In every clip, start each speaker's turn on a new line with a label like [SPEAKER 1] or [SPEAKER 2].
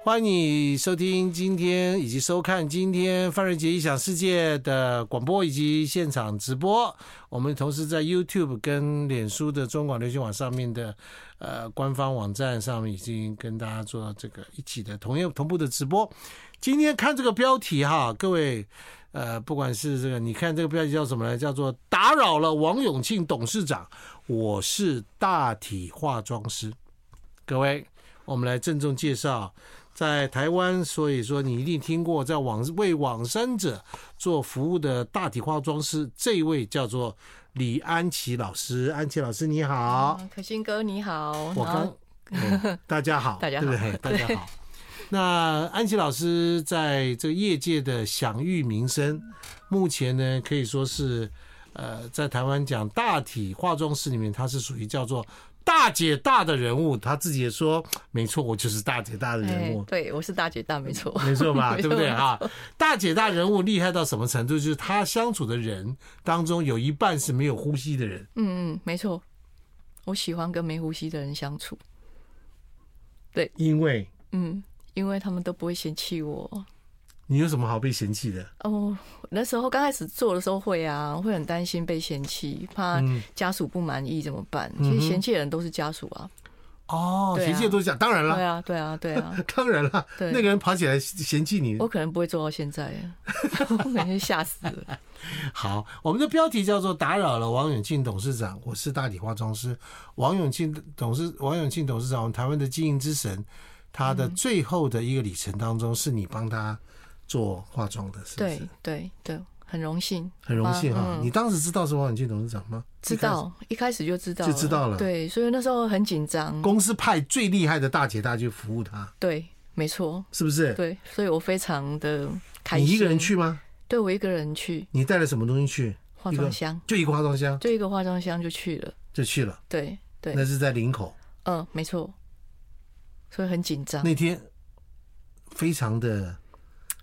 [SPEAKER 1] 欢迎你收听今天以及收看今天范瑞杰异想世界的广播以及现场直播。我们同时在 YouTube 跟脸书的中广流行网上面的呃官方网站上面已经跟大家做这个一起的同样同步的直播。今天看这个标题哈，各位呃，不管是这个，你看这个标题叫什么呢？叫做“打扰了王永庆董事长，我是大体化妆师”。各位，我们来郑重介绍。在台湾，所以说你一定听过，在往为往生者做服务的大体化妆师，这一位叫做李安琪老师。安琪老师你好，
[SPEAKER 2] 嗯可心哥你好，
[SPEAKER 1] 我
[SPEAKER 2] 然后
[SPEAKER 1] 刚、嗯大家好，
[SPEAKER 2] 大家好
[SPEAKER 1] 对不对？大家好。那安琪老师在这个业界的享誉名声，目前呢可以说是，呃，在台湾讲大体化妆师里面，她是属于叫做大姐大的人物。她自己也说，没错，我就是大姐大的人嗯
[SPEAKER 2] 哎
[SPEAKER 1] 物。
[SPEAKER 2] 对我是大姐大没错，
[SPEAKER 1] 没错吧？对
[SPEAKER 2] 没错
[SPEAKER 1] 不对
[SPEAKER 2] 没
[SPEAKER 1] 啊？大姐大人物厉害到什么程度？就是他相处的人当中有一半是没有呼吸的人。
[SPEAKER 2] 嗯嗯没错，我喜欢跟没呼吸的人相处，
[SPEAKER 1] 因为
[SPEAKER 2] 嗯，因为他们都不会嫌弃我。
[SPEAKER 1] 你有什么好被嫌弃的？
[SPEAKER 2] 哦，那时候刚开始做的时候会啊，会很担心被嫌弃，怕
[SPEAKER 1] 嗯
[SPEAKER 2] 家属不满意怎么办？其实嫌弃的人都是家属啊，
[SPEAKER 1] 哦，
[SPEAKER 2] 对啊
[SPEAKER 1] 嫌弃的都是讲，当然
[SPEAKER 2] 对
[SPEAKER 1] 了，
[SPEAKER 2] 啊，对啊，对啊，
[SPEAKER 1] 当然了，
[SPEAKER 2] 对哦
[SPEAKER 1] 那个人爬起来嫌弃你
[SPEAKER 2] 我。可能不会做到现在， 我感觉吓死了。
[SPEAKER 1] 好，我们的标题叫做“打扰了王永庆董事长”，我是大体化妆师。王永庆董事，王永庆董事长，我们台湾的经营之神，他
[SPEAKER 2] 嗯
[SPEAKER 1] 的最后的一个里程当中，是你帮他做化妆的，是不
[SPEAKER 2] 对
[SPEAKER 1] 是？
[SPEAKER 2] 对对，很荣幸，
[SPEAKER 1] 很荣幸啊！
[SPEAKER 2] 嗯
[SPEAKER 1] 你当时知道是王永庆董事长吗？
[SPEAKER 2] 知道，一开始就知道，
[SPEAKER 1] 就知道了
[SPEAKER 2] 对，所以那时候很紧张。
[SPEAKER 1] 公司派最厉害的大姐大去服务他，
[SPEAKER 2] 对，没错，
[SPEAKER 1] 是不是？
[SPEAKER 2] 对，所以我非常的开
[SPEAKER 1] 你
[SPEAKER 2] 心。
[SPEAKER 1] 一个人？去吗？
[SPEAKER 2] 对，我一个人去
[SPEAKER 1] 你带了什么东西去？
[SPEAKER 2] 化妆箱，
[SPEAKER 1] 就一个化妆箱
[SPEAKER 2] 就一个化妆箱就去了。
[SPEAKER 1] 就去了，
[SPEAKER 2] 对对
[SPEAKER 1] 那，是在林口。
[SPEAKER 2] 嗯，没错，所以很紧张。
[SPEAKER 1] 那天非常的，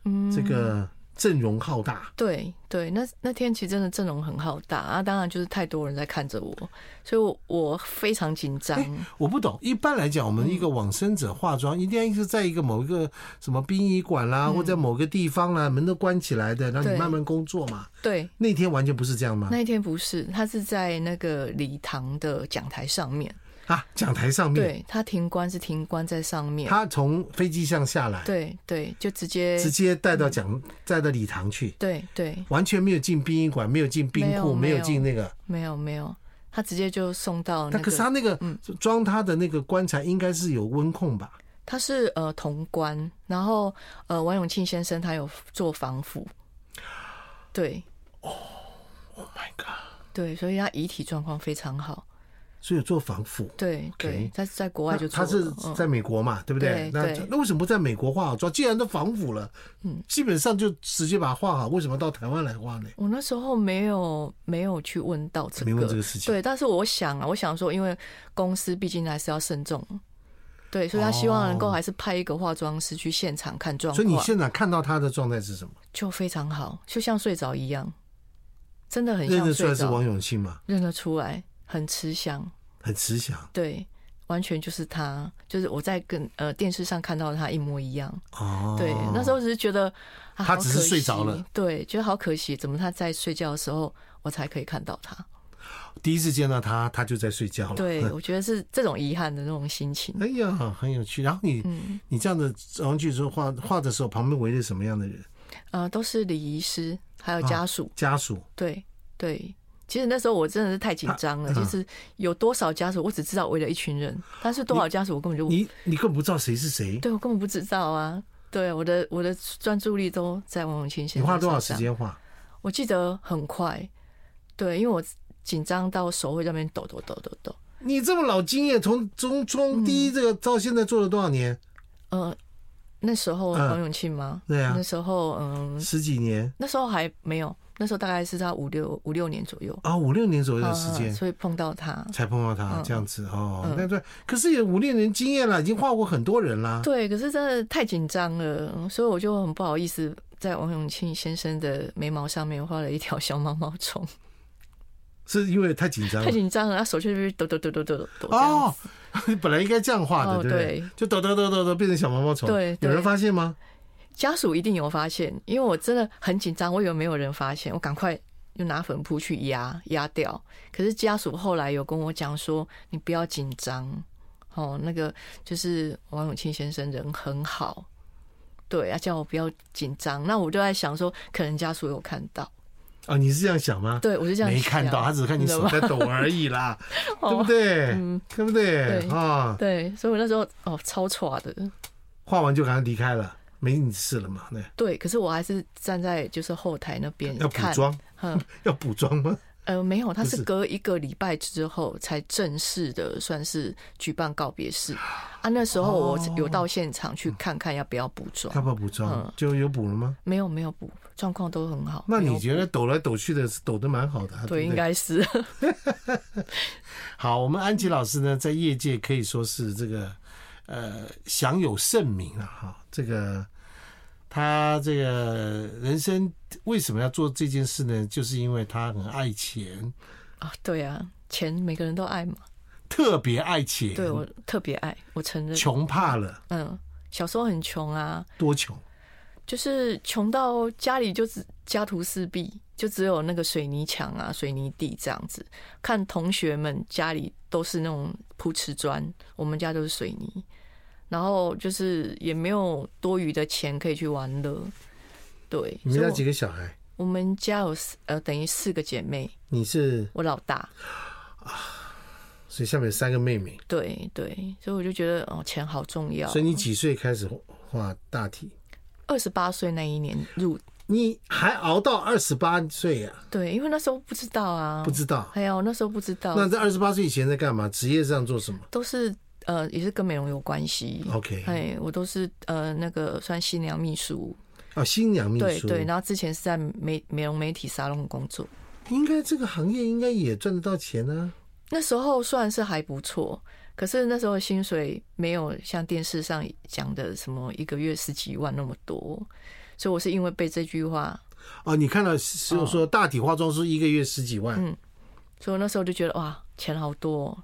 [SPEAKER 2] 嗯
[SPEAKER 1] 这个阵容浩大，
[SPEAKER 2] 对对，那那天其实真的阵容很浩大啊，当然就是太多人在看着我，所以我我非常紧张。
[SPEAKER 1] 哎我不懂。一般来讲，我们一个
[SPEAKER 2] 嗯
[SPEAKER 1] 往生者化妆，一定是在一个某一个什么殡仪馆啦，或者某个地方啦，门都关起来的，然后你
[SPEAKER 2] 嗯对
[SPEAKER 1] 慢慢工作嘛。
[SPEAKER 2] 对，
[SPEAKER 1] 那天完全不是这样吗？
[SPEAKER 2] 那一天不是，他是在那个礼堂的讲台上面，
[SPEAKER 1] 啊，讲台上面，
[SPEAKER 2] 对他停官是停官在上面，
[SPEAKER 1] 他从飞机上下来，
[SPEAKER 2] 对嗯对，就直接
[SPEAKER 1] 直接带到讲带到礼堂去。
[SPEAKER 2] 对对，
[SPEAKER 1] 完全没有进殡仪馆，没有进冰
[SPEAKER 2] 没
[SPEAKER 1] 库，
[SPEAKER 2] 有
[SPEAKER 1] 没
[SPEAKER 2] 没
[SPEAKER 1] 有
[SPEAKER 2] 有
[SPEAKER 1] 进那个。
[SPEAKER 2] 没有没有，他直接就送到那
[SPEAKER 1] 但可
[SPEAKER 2] 个，嗯
[SPEAKER 1] 是他那个装他的那个棺材应该是有温控吧？
[SPEAKER 2] 他是呃潼关，然后呃王永庆先生他有做防腐，对
[SPEAKER 1] Oh my god！
[SPEAKER 2] 对，所以他遗体状况非常好，
[SPEAKER 1] 所以有做防腐。
[SPEAKER 2] 对
[SPEAKER 1] OK
[SPEAKER 2] 对，他是在国
[SPEAKER 1] 那
[SPEAKER 2] 外就做
[SPEAKER 1] 他
[SPEAKER 2] 了，
[SPEAKER 1] 是
[SPEAKER 2] 嗯
[SPEAKER 1] 在美国嘛，对不对
[SPEAKER 2] 对？
[SPEAKER 1] 那
[SPEAKER 2] 对嗯
[SPEAKER 1] 那为什么不在美国化好妆？既然都防腐了，基本上就直接把它化好，为什么到台湾来化呢？
[SPEAKER 2] 我那时候没有没有去问到这
[SPEAKER 1] 没
[SPEAKER 2] 个，
[SPEAKER 1] 问这个事情
[SPEAKER 2] 对，但是我想啊，我想说，因为公司毕竟还是要慎重，对，所以他希望能够还是派一个化妆师去现场看状
[SPEAKER 1] 所
[SPEAKER 2] 况，
[SPEAKER 1] 以你现场看到他的状态是什么？
[SPEAKER 2] 就非常好，就像睡着一样，真的很
[SPEAKER 1] 认
[SPEAKER 2] 像
[SPEAKER 1] 得出来
[SPEAKER 2] 睡
[SPEAKER 1] 是
[SPEAKER 2] 着，
[SPEAKER 1] 王永庆嘛？
[SPEAKER 2] 认得出来，很吃香，
[SPEAKER 1] 很慈祥
[SPEAKER 2] 对，完全就是他，就是我在跟呃电视上看到的他一模一样，
[SPEAKER 1] 哦。
[SPEAKER 2] 对，那时候只是觉得、啊、
[SPEAKER 1] 他只是
[SPEAKER 2] 好可惜
[SPEAKER 1] 睡着了，
[SPEAKER 2] 对，觉得好可惜，怎么他在睡觉的时候我才可以看到他。
[SPEAKER 1] 第一次见到他，他就在睡觉了。
[SPEAKER 2] 对，我觉得是这种遗憾的那种心情。
[SPEAKER 1] 哦哎呀，很有趣。然后你、
[SPEAKER 2] 嗯
[SPEAKER 1] 你这样的上去之后画画的时候，旁边围着什么样的人？
[SPEAKER 2] 呃，都是礼仪师还
[SPEAKER 1] 啊
[SPEAKER 2] 有家属，
[SPEAKER 1] 家属
[SPEAKER 2] 对对。其实那时候我真的是太紧张了，
[SPEAKER 1] 啊
[SPEAKER 2] 其实有多少家属，我只知道围了一群人，但是多少家属我根本就
[SPEAKER 1] 你你根本不知道谁是谁。
[SPEAKER 2] 对我根本不知道啊。对，我的我的专注力都在王永庆先
[SPEAKER 1] 你
[SPEAKER 2] 生。
[SPEAKER 1] 花多少时？间画？
[SPEAKER 2] 我记得很快，对，因为我紧张到手会在那边抖抖抖抖抖。
[SPEAKER 1] 你这么老经验，从从
[SPEAKER 2] 嗯
[SPEAKER 1] 从第一这个到现在做了多少年？
[SPEAKER 2] 呃，那时候
[SPEAKER 1] 嗯
[SPEAKER 2] 王永庆吗？
[SPEAKER 1] 对啊
[SPEAKER 2] 那时候嗯，
[SPEAKER 1] 十几年
[SPEAKER 2] 那时候还没有，那时候大概是他五六五六年左右。
[SPEAKER 1] 啊，五六年左右的
[SPEAKER 2] 啊，
[SPEAKER 1] 时间
[SPEAKER 2] 所以碰到他，
[SPEAKER 1] 才碰到他
[SPEAKER 2] 嗯
[SPEAKER 1] 这样子哦
[SPEAKER 2] 嗯。
[SPEAKER 1] 那对，可是有五六年经验了，已经画过很多人啦。
[SPEAKER 2] 对，可是真的太紧张了，所以我就很不好意思，在王永庆先生的眉毛上面画了一条小毛毛虫，
[SPEAKER 1] 是因为太紧张
[SPEAKER 2] 太
[SPEAKER 1] 了嗯
[SPEAKER 2] 紧张了，他手就抖抖抖抖抖抖抖这样
[SPEAKER 1] 哦
[SPEAKER 2] 子，
[SPEAKER 1] 本来应该这样画的，
[SPEAKER 2] 哦
[SPEAKER 1] 对不对
[SPEAKER 2] 对？
[SPEAKER 1] 就抖抖抖抖抖变成小毛毛虫，
[SPEAKER 2] 对对
[SPEAKER 1] 有人发现吗？
[SPEAKER 2] 家属一定有发现，因为我真的很紧张，我以为没有人发现，我赶快就拿粉扑去压压掉。可是家属后来有跟我讲说，你不要紧张，哦，那个就是王永庆先生人很好，对，啊，叫我不要紧张。那我就在想说，可能家属有看到，
[SPEAKER 1] 啊，你是这样想吗？
[SPEAKER 2] 对我就这样
[SPEAKER 1] 没看
[SPEAKER 2] 想
[SPEAKER 1] 到，他只是看你
[SPEAKER 2] 知道
[SPEAKER 1] 手
[SPEAKER 2] 吗
[SPEAKER 1] 在抖而已 啦，对不
[SPEAKER 2] 哦
[SPEAKER 1] 对？
[SPEAKER 2] 嗯
[SPEAKER 1] 对不对？
[SPEAKER 2] 对
[SPEAKER 1] 啊，
[SPEAKER 2] 对，所以我那时候哦超歘的，
[SPEAKER 1] 画完就赶快离开了，没你事了嘛？对，
[SPEAKER 2] 对，可是我还是站在就是后台那边
[SPEAKER 1] 要补
[SPEAKER 2] 看，
[SPEAKER 1] 妆，
[SPEAKER 2] 嗯，
[SPEAKER 1] 要补妆吗？
[SPEAKER 2] 呃，没有，他
[SPEAKER 1] 不是
[SPEAKER 2] 是隔一个礼拜之后才正式的算是举办告别式啊。那时候我
[SPEAKER 1] 哦
[SPEAKER 2] 有到现场去看看要不要补妆
[SPEAKER 1] 要，不要补妆
[SPEAKER 2] 嗯？
[SPEAKER 1] 就有补了吗？
[SPEAKER 2] 没有没有补，状况都很好。
[SPEAKER 1] 那
[SPEAKER 2] 没有
[SPEAKER 1] 你
[SPEAKER 2] 补
[SPEAKER 1] 觉得抖来抖去的，抖得蛮好的啊，
[SPEAKER 2] 对，
[SPEAKER 1] 对不
[SPEAKER 2] 应
[SPEAKER 1] 对？
[SPEAKER 2] 该是
[SPEAKER 1] 好，我们安琪老师呢，在业界可以说是这个呃享有盛名啊，哈，这个他这个人生为什么要做这件事呢？就是因为他很爱钱，
[SPEAKER 2] 啊，对啊，钱每个人都爱嘛，
[SPEAKER 1] 特别爱钱，
[SPEAKER 2] 对我特别爱，我承认，
[SPEAKER 1] 穷怕了，
[SPEAKER 2] 嗯，小时候很穷啊，
[SPEAKER 1] 多穷，
[SPEAKER 2] 就是穷到家里就只家徒四壁，就只有那个水泥墙啊、水泥地这样子。看同学们家里都是那种铺瓷砖，我们家都是水泥，然后就是也没有多余的钱可以去玩乐。对，
[SPEAKER 1] 你们
[SPEAKER 2] 所以
[SPEAKER 1] 家
[SPEAKER 2] 我
[SPEAKER 1] 几个小孩？
[SPEAKER 2] 我们家有四呃等于四个姐妹，
[SPEAKER 1] 你是，
[SPEAKER 2] 我老大。
[SPEAKER 1] 所以下面有三个妹妹，
[SPEAKER 2] 对对，所以我就觉得哦，钱好重要
[SPEAKER 1] 所。以你几岁开始画大体？
[SPEAKER 2] 二十八岁那一年入
[SPEAKER 1] 你还熬到二十八岁呀？
[SPEAKER 2] 对，因为那时候不知道啊，
[SPEAKER 1] 不知道。
[SPEAKER 2] 还有那时候不知道，
[SPEAKER 1] 那在二十八岁以前在干嘛？职业上做什么
[SPEAKER 2] 都是呃，也是跟美容有关系。
[SPEAKER 1] ？OK，
[SPEAKER 2] 哎，我都是呃那个算新娘秘书，
[SPEAKER 1] 哦，新娘秘
[SPEAKER 2] 对
[SPEAKER 1] 书，
[SPEAKER 2] 对。然后之前是在美美容媒体沙龙工作，
[SPEAKER 1] 应该这个行业应该也赚得到钱
[SPEAKER 2] 嗯
[SPEAKER 1] 啊。
[SPEAKER 2] 那时候算是还不错，可是那时候薪水没有像电视上讲的什么一个月十几万那么多，所以我是因为被这句话，
[SPEAKER 1] 哦，你看到师傅说大体化妆师一个月十几万，
[SPEAKER 2] 嗯所以我那时候就觉得哇，钱好多、哦，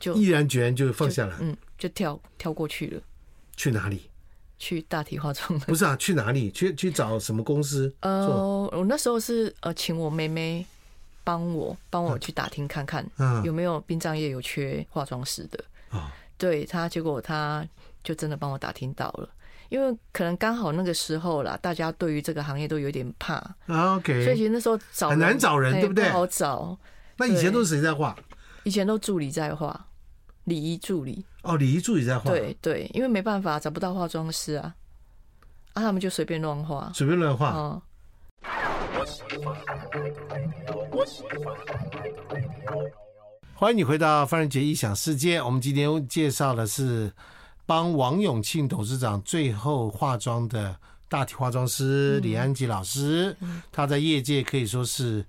[SPEAKER 2] 就
[SPEAKER 1] 毅然决然就放下来，
[SPEAKER 2] 嗯，就跳跳过去了，
[SPEAKER 1] 去哪里？
[SPEAKER 2] 去大体化妆
[SPEAKER 1] 不是啊，去哪里？去去找什么公司？做？
[SPEAKER 2] 呃，我那时候是呃，请我妹妹帮我帮我去打听看看，
[SPEAKER 1] 嗯
[SPEAKER 2] 有没有殡葬业有缺化妆师的。
[SPEAKER 1] 啊，
[SPEAKER 2] 对她，结果她就真的帮我打听到了。因为可能刚好那个时候啦，大家对于这个行业都有点怕，
[SPEAKER 1] 啊
[SPEAKER 2] 所以其
[SPEAKER 1] ，OK。
[SPEAKER 2] 实那时候找
[SPEAKER 1] 很难找人
[SPEAKER 2] 哎
[SPEAKER 1] 对不对
[SPEAKER 2] 好找，
[SPEAKER 1] 那以前都是谁在画？
[SPEAKER 2] 以前都助理在画，礼仪助理，
[SPEAKER 1] 哦，李仪助理在画，
[SPEAKER 2] 对对，因为没办法找不到化妆师啊，啊，他们就随便乱画，
[SPEAKER 1] 随便乱画。
[SPEAKER 2] 哦，
[SPEAKER 1] 欢迎你回到范仁杰异想世界。我们今天介绍的是帮王永庆董事长最后化妆的大体化妆师
[SPEAKER 2] 嗯
[SPEAKER 1] 李安吉老师，他在业界可以说是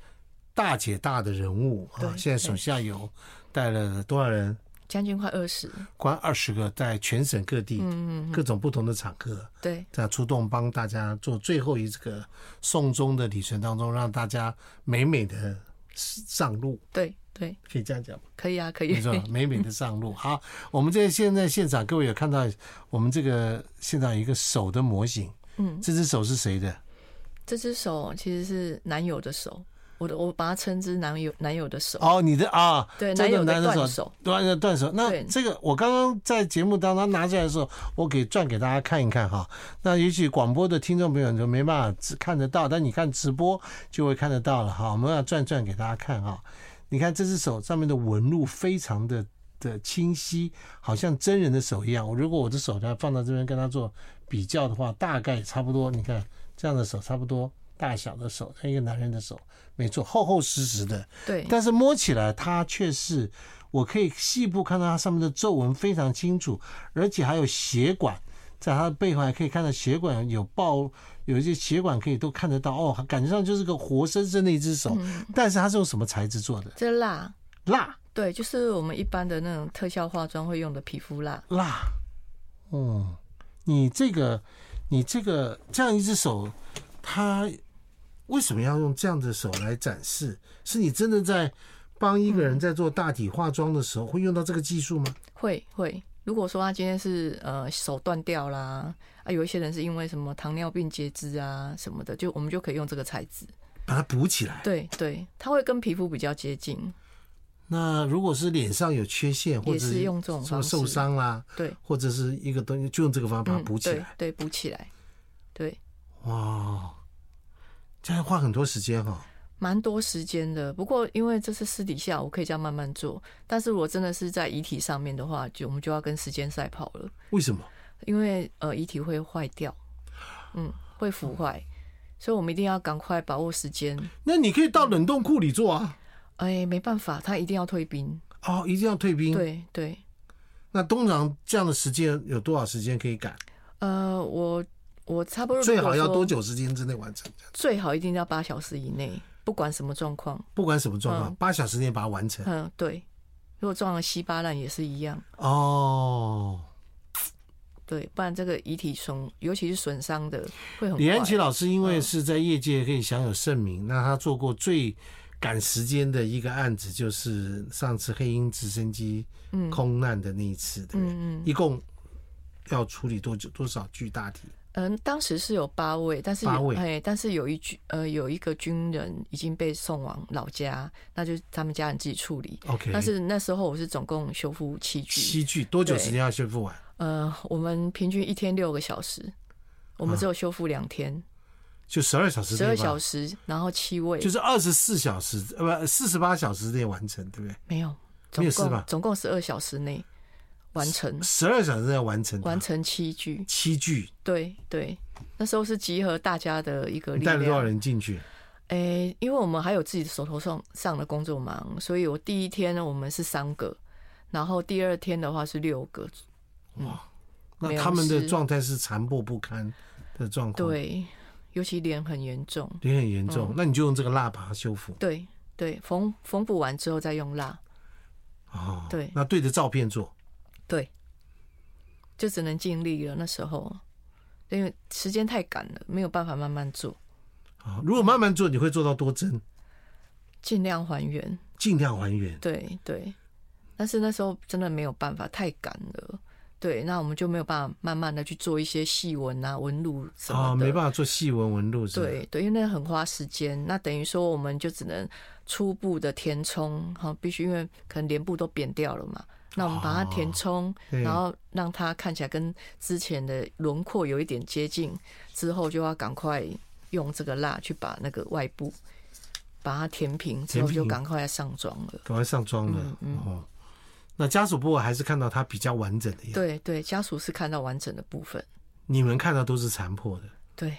[SPEAKER 1] 大姐大的人物啊
[SPEAKER 2] 对。
[SPEAKER 1] 现在手下有带了多少人？
[SPEAKER 2] 将近快二十，
[SPEAKER 1] 关二十个，在全省各地、
[SPEAKER 2] 嗯嗯嗯，
[SPEAKER 1] 各种不同的场合，
[SPEAKER 2] 对。
[SPEAKER 1] 在出动帮大家做最后一个送终的旅程当中，让大家美美的上路，
[SPEAKER 2] 对对，
[SPEAKER 1] 可以这样讲吗。
[SPEAKER 2] 可以啊，可以
[SPEAKER 1] 没。错，美美的上路。好，我们这现在现场各位有看到，我们这个现场有一个手的模型，
[SPEAKER 2] 嗯，
[SPEAKER 1] 这只手是谁的？
[SPEAKER 2] 这只手其实是男友的手，我的我把它称之男友男友的手。
[SPEAKER 1] 哦，你的啊，
[SPEAKER 2] 对
[SPEAKER 1] 这
[SPEAKER 2] 男
[SPEAKER 1] 个
[SPEAKER 2] 友的
[SPEAKER 1] 男的
[SPEAKER 2] 断
[SPEAKER 1] 手
[SPEAKER 2] 手，
[SPEAKER 1] 断的断手。那
[SPEAKER 2] 对
[SPEAKER 1] 这个我刚刚在节目当中拿下来的时候，我给转给大家看一看哈。那也许广播的听众朋友就没办法只看得到，但你看直播就会看得到了哈。我们要转转给大家看哈。你看这只手上面的纹路非常的的清晰，好像真人的手一样。我如果我的手呢放到这边跟它做比较的话，大概差不多。你看这样的手差不多大小的手，像一个男人的手，没错，厚厚实实的。
[SPEAKER 2] 对
[SPEAKER 1] 但是摸起来它却是，我可以细部看到它上面的皱纹非常清楚，而且还有血管，在它的背后还可以看到血管有爆，有一些血管可以都看得到哦，感觉上就是个活生生的一只手。但是它是用什么材质做的？
[SPEAKER 2] 这蜡，
[SPEAKER 1] 蜡
[SPEAKER 2] 对，就是我们一般的那种特效化妆会用的皮肤蜡。
[SPEAKER 1] 蜡，嗯，你这个你这个这样一只手，它为什么要用这样的手来展示？是你真的在帮一个人在做大体化妆的时候，会用到这个技术吗？
[SPEAKER 2] 会会。如果说他今天是呃手断掉啦，啊，有一些人是因为什么糖尿病截肢啊什么的，就我们就可以用这个材质。
[SPEAKER 1] 把它补起来。
[SPEAKER 2] 对对，它会跟皮肤比较接近，
[SPEAKER 1] 那如果是脸上有缺陷，或
[SPEAKER 2] 也
[SPEAKER 1] 者
[SPEAKER 2] 是用这种
[SPEAKER 1] 什么
[SPEAKER 2] 方式
[SPEAKER 1] 受伤啦、
[SPEAKER 2] 对，
[SPEAKER 1] 或者是一个东西，就用这个方法把它
[SPEAKER 2] 嗯
[SPEAKER 1] 补起来。
[SPEAKER 2] 对对，补起来，对，
[SPEAKER 1] 哇，这样花很多时间哈、哦。
[SPEAKER 2] 蛮多时间的。不过因为这是私底下，我可以这样慢慢做。但是如果真的是在遗体上面的话，就我们就要跟时间赛跑了，
[SPEAKER 1] 为什么？
[SPEAKER 2] 因为呃遗体会坏掉，嗯，会腐坏，所以我们一定要赶快把握时间。
[SPEAKER 1] 那你可以到冷冻库里做啊。
[SPEAKER 2] 哎，没办法，它一定要退冰。
[SPEAKER 1] 哦，一定要退冰。
[SPEAKER 2] 对对，
[SPEAKER 1] 那通常这样的时间有多少时间可以赶？
[SPEAKER 2] 呃，我我差不多
[SPEAKER 1] 最好要
[SPEAKER 2] 如果说
[SPEAKER 1] 多？久时间之内完成？
[SPEAKER 2] 最好一定要八小时以内，不管什么状况。
[SPEAKER 1] 不管什么状况，
[SPEAKER 2] 嗯
[SPEAKER 1] 八、小时内把它完成。
[SPEAKER 2] 嗯，对，如果撞了稀巴烂也是一样，
[SPEAKER 1] 哦，
[SPEAKER 2] 对，不然这个遗体损，尤其是损伤的会很
[SPEAKER 1] 李安琪
[SPEAKER 2] 快。嗯
[SPEAKER 1] 老师因为是在业界可以享有盛名，那他做过最赶时间的一个案子，就是上次黑鹰直升机
[SPEAKER 2] 嗯
[SPEAKER 1] 空难的那一次，对不对？
[SPEAKER 2] 嗯嗯，
[SPEAKER 1] 一共要处理多久多少具大体？
[SPEAKER 2] 嗯，当时是有八位，但是
[SPEAKER 1] 八
[SPEAKER 2] 有
[SPEAKER 1] 位
[SPEAKER 2] 哎，但是有一具呃有一个军人已经被送往老家，那就是他们家人自己处理。
[SPEAKER 1] OK，
[SPEAKER 2] 但是那时候我是总共修复七具，
[SPEAKER 1] 七具多久时间要修复完？
[SPEAKER 2] 呃，我们平均一天六个小时，我们只有修复两天，
[SPEAKER 1] 就啊十二小时
[SPEAKER 2] 十
[SPEAKER 1] 内
[SPEAKER 2] 二
[SPEAKER 1] 吧，
[SPEAKER 2] 小时，然后七位，
[SPEAKER 1] 就是二十四小时呃不四十八小时内完成，对不对？
[SPEAKER 2] 没有，
[SPEAKER 1] 没
[SPEAKER 2] 总
[SPEAKER 1] 有事吧
[SPEAKER 2] 共总共十二小时内完成
[SPEAKER 1] 十二小时内完成它，
[SPEAKER 2] 嗯完成七具，
[SPEAKER 1] 七具，
[SPEAKER 2] 对对，那时候是集合大家的一个
[SPEAKER 1] 你
[SPEAKER 2] 力
[SPEAKER 1] 带
[SPEAKER 2] 量。
[SPEAKER 1] 了多少人进去？
[SPEAKER 2] 哎、因为我们还有自己手头上上的工作忙，所以我第一天呢，我们是三个，然后第二天的话是六个，
[SPEAKER 1] 那
[SPEAKER 2] 没有
[SPEAKER 1] 他们的
[SPEAKER 2] 是
[SPEAKER 1] 状态是残破不堪的状况，，
[SPEAKER 2] 对，尤其脸很严重，
[SPEAKER 1] 也很严
[SPEAKER 2] 嗯
[SPEAKER 1] 重。那你就用这个蜡把它修复
[SPEAKER 2] 对对，缝缝补完之后再用蜡，
[SPEAKER 1] 哦。
[SPEAKER 2] 对
[SPEAKER 1] 那对着照片做，
[SPEAKER 2] 对，就只能尽力了。那时候因为时间太赶了，没有办法慢慢做，
[SPEAKER 1] 啊，如果慢慢做，你会做到多真，
[SPEAKER 2] 尽量还原。
[SPEAKER 1] 尽量还原。
[SPEAKER 2] 对对，但是那时候真的没有办法，太赶了。对，那我们就没有办法慢慢的去做一些细纹啊、纹路什么的。
[SPEAKER 1] 啊，没办法做细纹纹路是吧？
[SPEAKER 2] 对对，因为那很花时间。那等于说，我们就只能初步的填充，哈，必须因为可能脸部都扁掉了嘛。那我们把它填充，
[SPEAKER 1] 哦对
[SPEAKER 2] 然后让它看起来跟之前的轮廓有一点接近，之后就要赶快用这个蜡去把那个外部把它填平，之
[SPEAKER 1] 填
[SPEAKER 2] 后就
[SPEAKER 1] 平
[SPEAKER 2] 赶快要上妆了。
[SPEAKER 1] 赶快上妆了、
[SPEAKER 2] 嗯
[SPEAKER 1] 哦。那家属部位还是看到它比较完整的样子，
[SPEAKER 2] 对对，家属是看到完整的部分，
[SPEAKER 1] 你们看到都是残破的，
[SPEAKER 2] 对，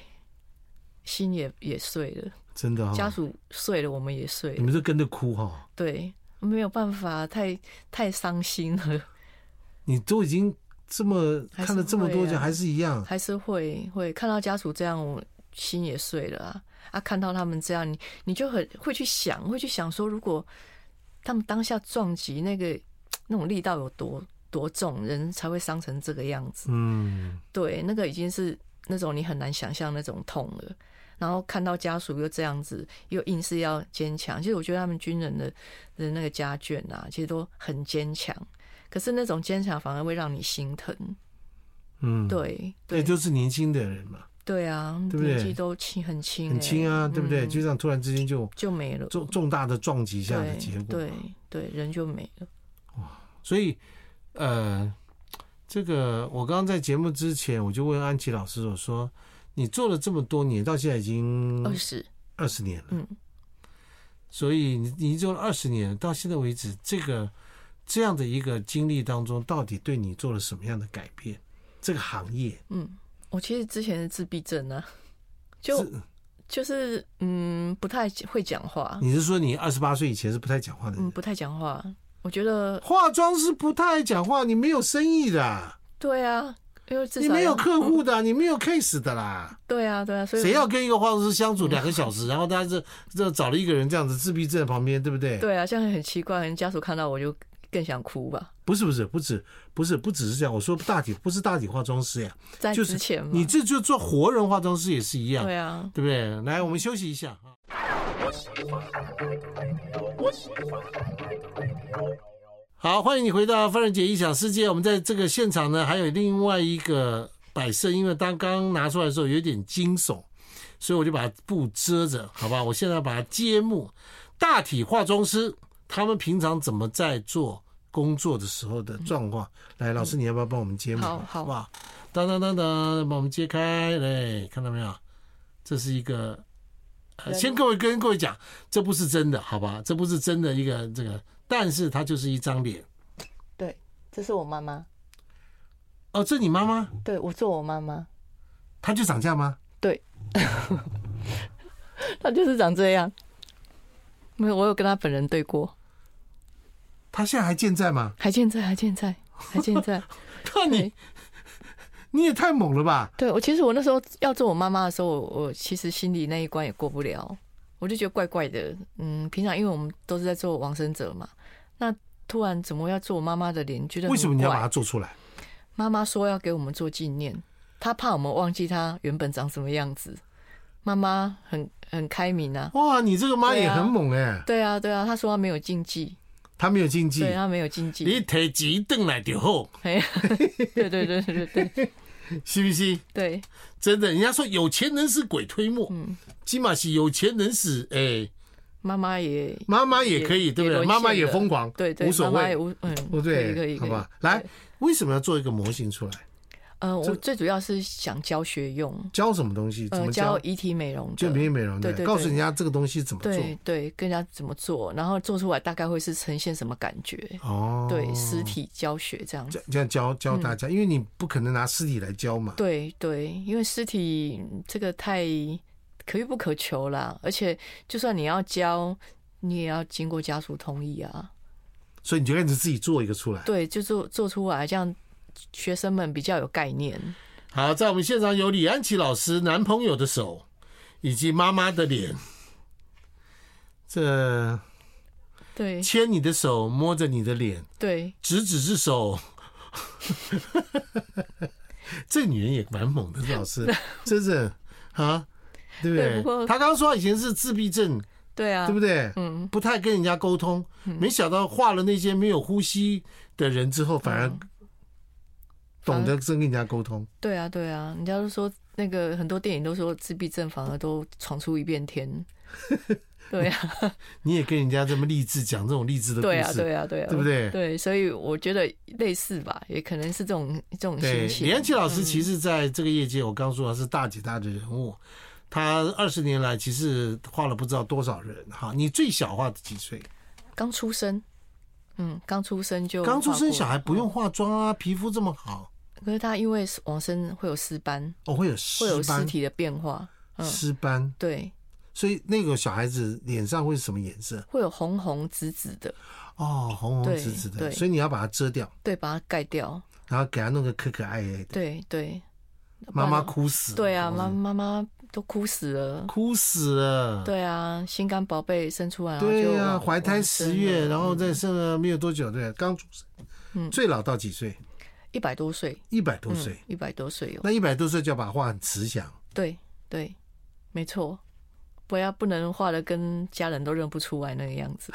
[SPEAKER 2] 心也也碎了，
[SPEAKER 1] 真的
[SPEAKER 2] 家
[SPEAKER 1] 哦。
[SPEAKER 2] 属碎了，我们也碎
[SPEAKER 1] 你
[SPEAKER 2] 了，
[SPEAKER 1] 们就跟着哭哈、哦，
[SPEAKER 2] 对，没有办法，太太伤心了，
[SPEAKER 1] 你都已经这么
[SPEAKER 2] 还是
[SPEAKER 1] 看了这么多
[SPEAKER 2] 会
[SPEAKER 1] 年，
[SPEAKER 2] 啊
[SPEAKER 1] 还是一样。
[SPEAKER 2] 还是会会看到家属这样，我心也碎了啊啊！看到他们这样，你你就很会去想，会去想说，如果他们当下撞击那个那种力道有多多重，人才会伤成这个样子。
[SPEAKER 1] 嗯，
[SPEAKER 2] 对，那个已经是那种你很难想象那种痛了。然后看到家属又这样子，又硬是要坚强。其实我觉得他们军人的的那个家眷啊，其实都很坚强。可是那种坚强反而会让你心疼。
[SPEAKER 1] 嗯，
[SPEAKER 2] 对，
[SPEAKER 1] 那就是年轻的人嘛，
[SPEAKER 2] 对啊，
[SPEAKER 1] 对不对
[SPEAKER 2] 年纪都轻，很轻、
[SPEAKER 1] 很轻啊，
[SPEAKER 2] 欸
[SPEAKER 1] 对不对？
[SPEAKER 2] 嗯
[SPEAKER 1] 就这样突然之间就
[SPEAKER 2] 就没了。
[SPEAKER 1] 重重大的撞击下的
[SPEAKER 2] 对
[SPEAKER 1] 结果嘛。
[SPEAKER 2] 对对，人就没了。
[SPEAKER 1] 所以呃，这个我刚刚在节目之前我就问安琪老师，我说你做了这么多年，到现在已经
[SPEAKER 2] 二十，
[SPEAKER 1] 二十年了，
[SPEAKER 2] 嗯，
[SPEAKER 1] 所以你你做了二十年，到现在为止，这个这样的一个经历当中，到底对你做了什么样的改变？这个行业，
[SPEAKER 2] 我其实之前是自闭症啊，就是就是嗯，不太会讲话，
[SPEAKER 1] 你是说你二十八岁以前是不太讲话的人？
[SPEAKER 2] 嗯，不太讲话。我觉得
[SPEAKER 1] 化妆师不太爱讲话，你没有生意的啊，
[SPEAKER 2] 对啊，因为至
[SPEAKER 1] 你
[SPEAKER 2] 少
[SPEAKER 1] 没有
[SPEAKER 2] 要
[SPEAKER 1] 客户的啊，你没有 case 的啦。
[SPEAKER 2] 对啊，对啊，所以
[SPEAKER 1] 谁要跟一个化妆师相处两个小时，然后他这这找了一个人这样子自闭症在旁边，对不对？
[SPEAKER 2] 对啊，这样很奇怪，人家属看到我就更想哭吧。
[SPEAKER 1] 不是不是不止不是不只是这样，我说大体不是大体化妆师呀，
[SPEAKER 2] 在
[SPEAKER 1] 就
[SPEAKER 2] 之
[SPEAKER 1] 是
[SPEAKER 2] 前嘛，
[SPEAKER 1] 你这就做活人化妆师也是一样，
[SPEAKER 2] 对啊，
[SPEAKER 1] 对不对？来，我们休息一下啊。好，欢迎你回到范仁杰异想世界。我们在这个现场呢，还有另外一个摆设，因为当刚拿出来的时候有点惊悚，所以我就把布遮着，好吧？我现在把它揭幕。大体化妆师他们平常怎么在做工作的时候的状况？来，老师，你要不要帮我们揭幕？
[SPEAKER 2] 好好
[SPEAKER 1] 不好？当当当当，把我们揭开，来，看到没有？这是一个，呃
[SPEAKER 2] 人
[SPEAKER 1] 先各位跟各位讲，这不是真的，好吧？这不是真的一个这个，但是它就是一张脸。
[SPEAKER 2] 对，这是我妈妈，
[SPEAKER 1] 哦，这你妈妈，
[SPEAKER 2] 对我做我妈妈，
[SPEAKER 1] 她就长这样吗？
[SPEAKER 2] 对，她就是长这样。没有，我有跟她本人对过，
[SPEAKER 1] 她现在还健在吗？
[SPEAKER 2] 还健在，还健在，还健 在。
[SPEAKER 1] 那你
[SPEAKER 2] 对
[SPEAKER 1] 你也太猛了吧！
[SPEAKER 2] 对我其实我那时候要做我妈妈的时候，我我其实心里那一关也过不了，我就觉得怪怪的。嗯，平常因为我们都是在做往生者嘛，那突然怎么要做我妈妈的脸，觉得很
[SPEAKER 1] 为什么你要把它
[SPEAKER 2] 怪
[SPEAKER 1] 做出来？
[SPEAKER 2] 妈妈说要给我们做纪念，她怕我们忘记她原本长什么样子。妈妈很很开明啊，
[SPEAKER 1] 哇，你这个妈也很猛哎、
[SPEAKER 2] 对啊对啊，她说她没有禁忌，
[SPEAKER 1] 她没有禁忌
[SPEAKER 2] 对，啊她没有禁
[SPEAKER 1] 你
[SPEAKER 2] 忌，
[SPEAKER 1] 提几顿来就好，
[SPEAKER 2] 哎呀 对对对对对对
[SPEAKER 1] 是不是？
[SPEAKER 2] 对，
[SPEAKER 1] 真的，人家说有钱能使鬼推磨，
[SPEAKER 2] 嗯
[SPEAKER 1] 起码是有钱能使哎、
[SPEAKER 2] 妈妈也
[SPEAKER 1] 妈妈也可以，对不
[SPEAKER 2] 沦
[SPEAKER 1] 对？
[SPEAKER 2] 陷
[SPEAKER 1] 妈妈也
[SPEAKER 2] 了
[SPEAKER 1] 疯狂，
[SPEAKER 2] 对对，
[SPEAKER 1] 无所
[SPEAKER 2] 妈妈也
[SPEAKER 1] 谓，
[SPEAKER 2] 无嗯，
[SPEAKER 1] 不
[SPEAKER 2] 可以可
[SPEAKER 1] 哦对，
[SPEAKER 2] 以，
[SPEAKER 1] 好
[SPEAKER 2] 可以
[SPEAKER 1] 吧？来
[SPEAKER 2] 对，
[SPEAKER 1] 为什么要做一个模型出来？
[SPEAKER 2] 呃，
[SPEAKER 1] 这
[SPEAKER 2] 我最主要是想教学用，
[SPEAKER 1] 教什么东西？怎
[SPEAKER 2] 呃，
[SPEAKER 1] 么
[SPEAKER 2] 教
[SPEAKER 1] 教？
[SPEAKER 2] 遗体美容的，
[SPEAKER 1] 就美美容
[SPEAKER 2] 对
[SPEAKER 1] 的
[SPEAKER 2] 对，对
[SPEAKER 1] 告诉人家这个东西怎么做。
[SPEAKER 2] 对对，跟人家怎么做，然后做出来大概会是呈现什么感觉，
[SPEAKER 1] 哦，
[SPEAKER 2] 对，实体嗯教学这样子
[SPEAKER 1] 这。这样教教大家，因为你不可能拿尸体来教嘛。
[SPEAKER 2] 对对，因为尸体嗯这个太可遇不可求啦，而且就算你要教，你也要经过家属同意啊。
[SPEAKER 1] 所以你就开始自己做一个出来。
[SPEAKER 2] 对，就做做出来，这样学生们比较有概念。
[SPEAKER 1] 好，在我们现场有李安琪老师男朋友的手，以及妈妈的脸。这
[SPEAKER 2] 对
[SPEAKER 1] 牵你的手，摸着你的脸，
[SPEAKER 2] 对，
[SPEAKER 1] 执子之手。 这女人也蛮猛的，老 师，真是啊，对不
[SPEAKER 2] 对不过
[SPEAKER 1] 对？她刚刚说她以前是自闭症，
[SPEAKER 2] 对啊，嗯
[SPEAKER 1] 对不对？嗯，不太跟人家沟通，没想到画了那些没有呼吸的人之
[SPEAKER 2] 嗯
[SPEAKER 1] 后，反而懂得真跟人家沟通。
[SPEAKER 2] 对啊，对啊，人家都说那个很多电影都说自闭症反而都闯出一 片天。对啊，
[SPEAKER 1] 你也跟人家这么励志讲这种励志的故
[SPEAKER 2] 对啊，
[SPEAKER 1] 事，
[SPEAKER 2] 对啊，对啊，
[SPEAKER 1] 对不对
[SPEAKER 2] 对，所以我觉得类似吧，也可能是这种这种心情。
[SPEAKER 1] 李安琪老师其实在这个业界，我刚说他是大姐大的人物，他二十年来其实画了不知道多少人哈。你最小画几岁？
[SPEAKER 2] 刚出生，嗯，刚出生就
[SPEAKER 1] 刚出生小孩
[SPEAKER 2] 画过嗯
[SPEAKER 1] 不用化妆啊，皮肤这么好，
[SPEAKER 2] 可是他因为往生会有尸斑，
[SPEAKER 1] 哦，会有
[SPEAKER 2] 会有
[SPEAKER 1] 尸
[SPEAKER 2] 尸
[SPEAKER 1] 斑，
[SPEAKER 2] 体的变化，嗯
[SPEAKER 1] 尸斑，
[SPEAKER 2] 对，
[SPEAKER 1] 所以那个小孩子脸上会是什么颜色？
[SPEAKER 2] 会有红红紫紫的，
[SPEAKER 1] 哦，红红
[SPEAKER 2] 对
[SPEAKER 1] 紫紫的，
[SPEAKER 2] 对
[SPEAKER 1] 所以你要把它遮掉，
[SPEAKER 2] 对，把它盖掉，
[SPEAKER 1] 然后给他弄个可可爱爱的。
[SPEAKER 2] 对对。
[SPEAKER 1] 妈妈
[SPEAKER 2] 不然，
[SPEAKER 1] 哭死了，
[SPEAKER 2] 对啊，
[SPEAKER 1] 老师
[SPEAKER 2] 妈妈妈都哭死了，
[SPEAKER 1] 哭死了。
[SPEAKER 2] 对啊，心肝宝贝生出来，然后就
[SPEAKER 1] 对呀，
[SPEAKER 2] 往
[SPEAKER 1] 怀胎十月，然后再生了没有多久，对，刚出生。
[SPEAKER 2] 嗯
[SPEAKER 1] 最老到几岁？
[SPEAKER 2] 一百多岁，嗯
[SPEAKER 1] 一百多岁。
[SPEAKER 2] 一百多岁有，哦
[SPEAKER 1] 那一百多岁就要把话很慈祥，
[SPEAKER 2] 对对，没错，不要不能画的跟家人都认不出来那个样子，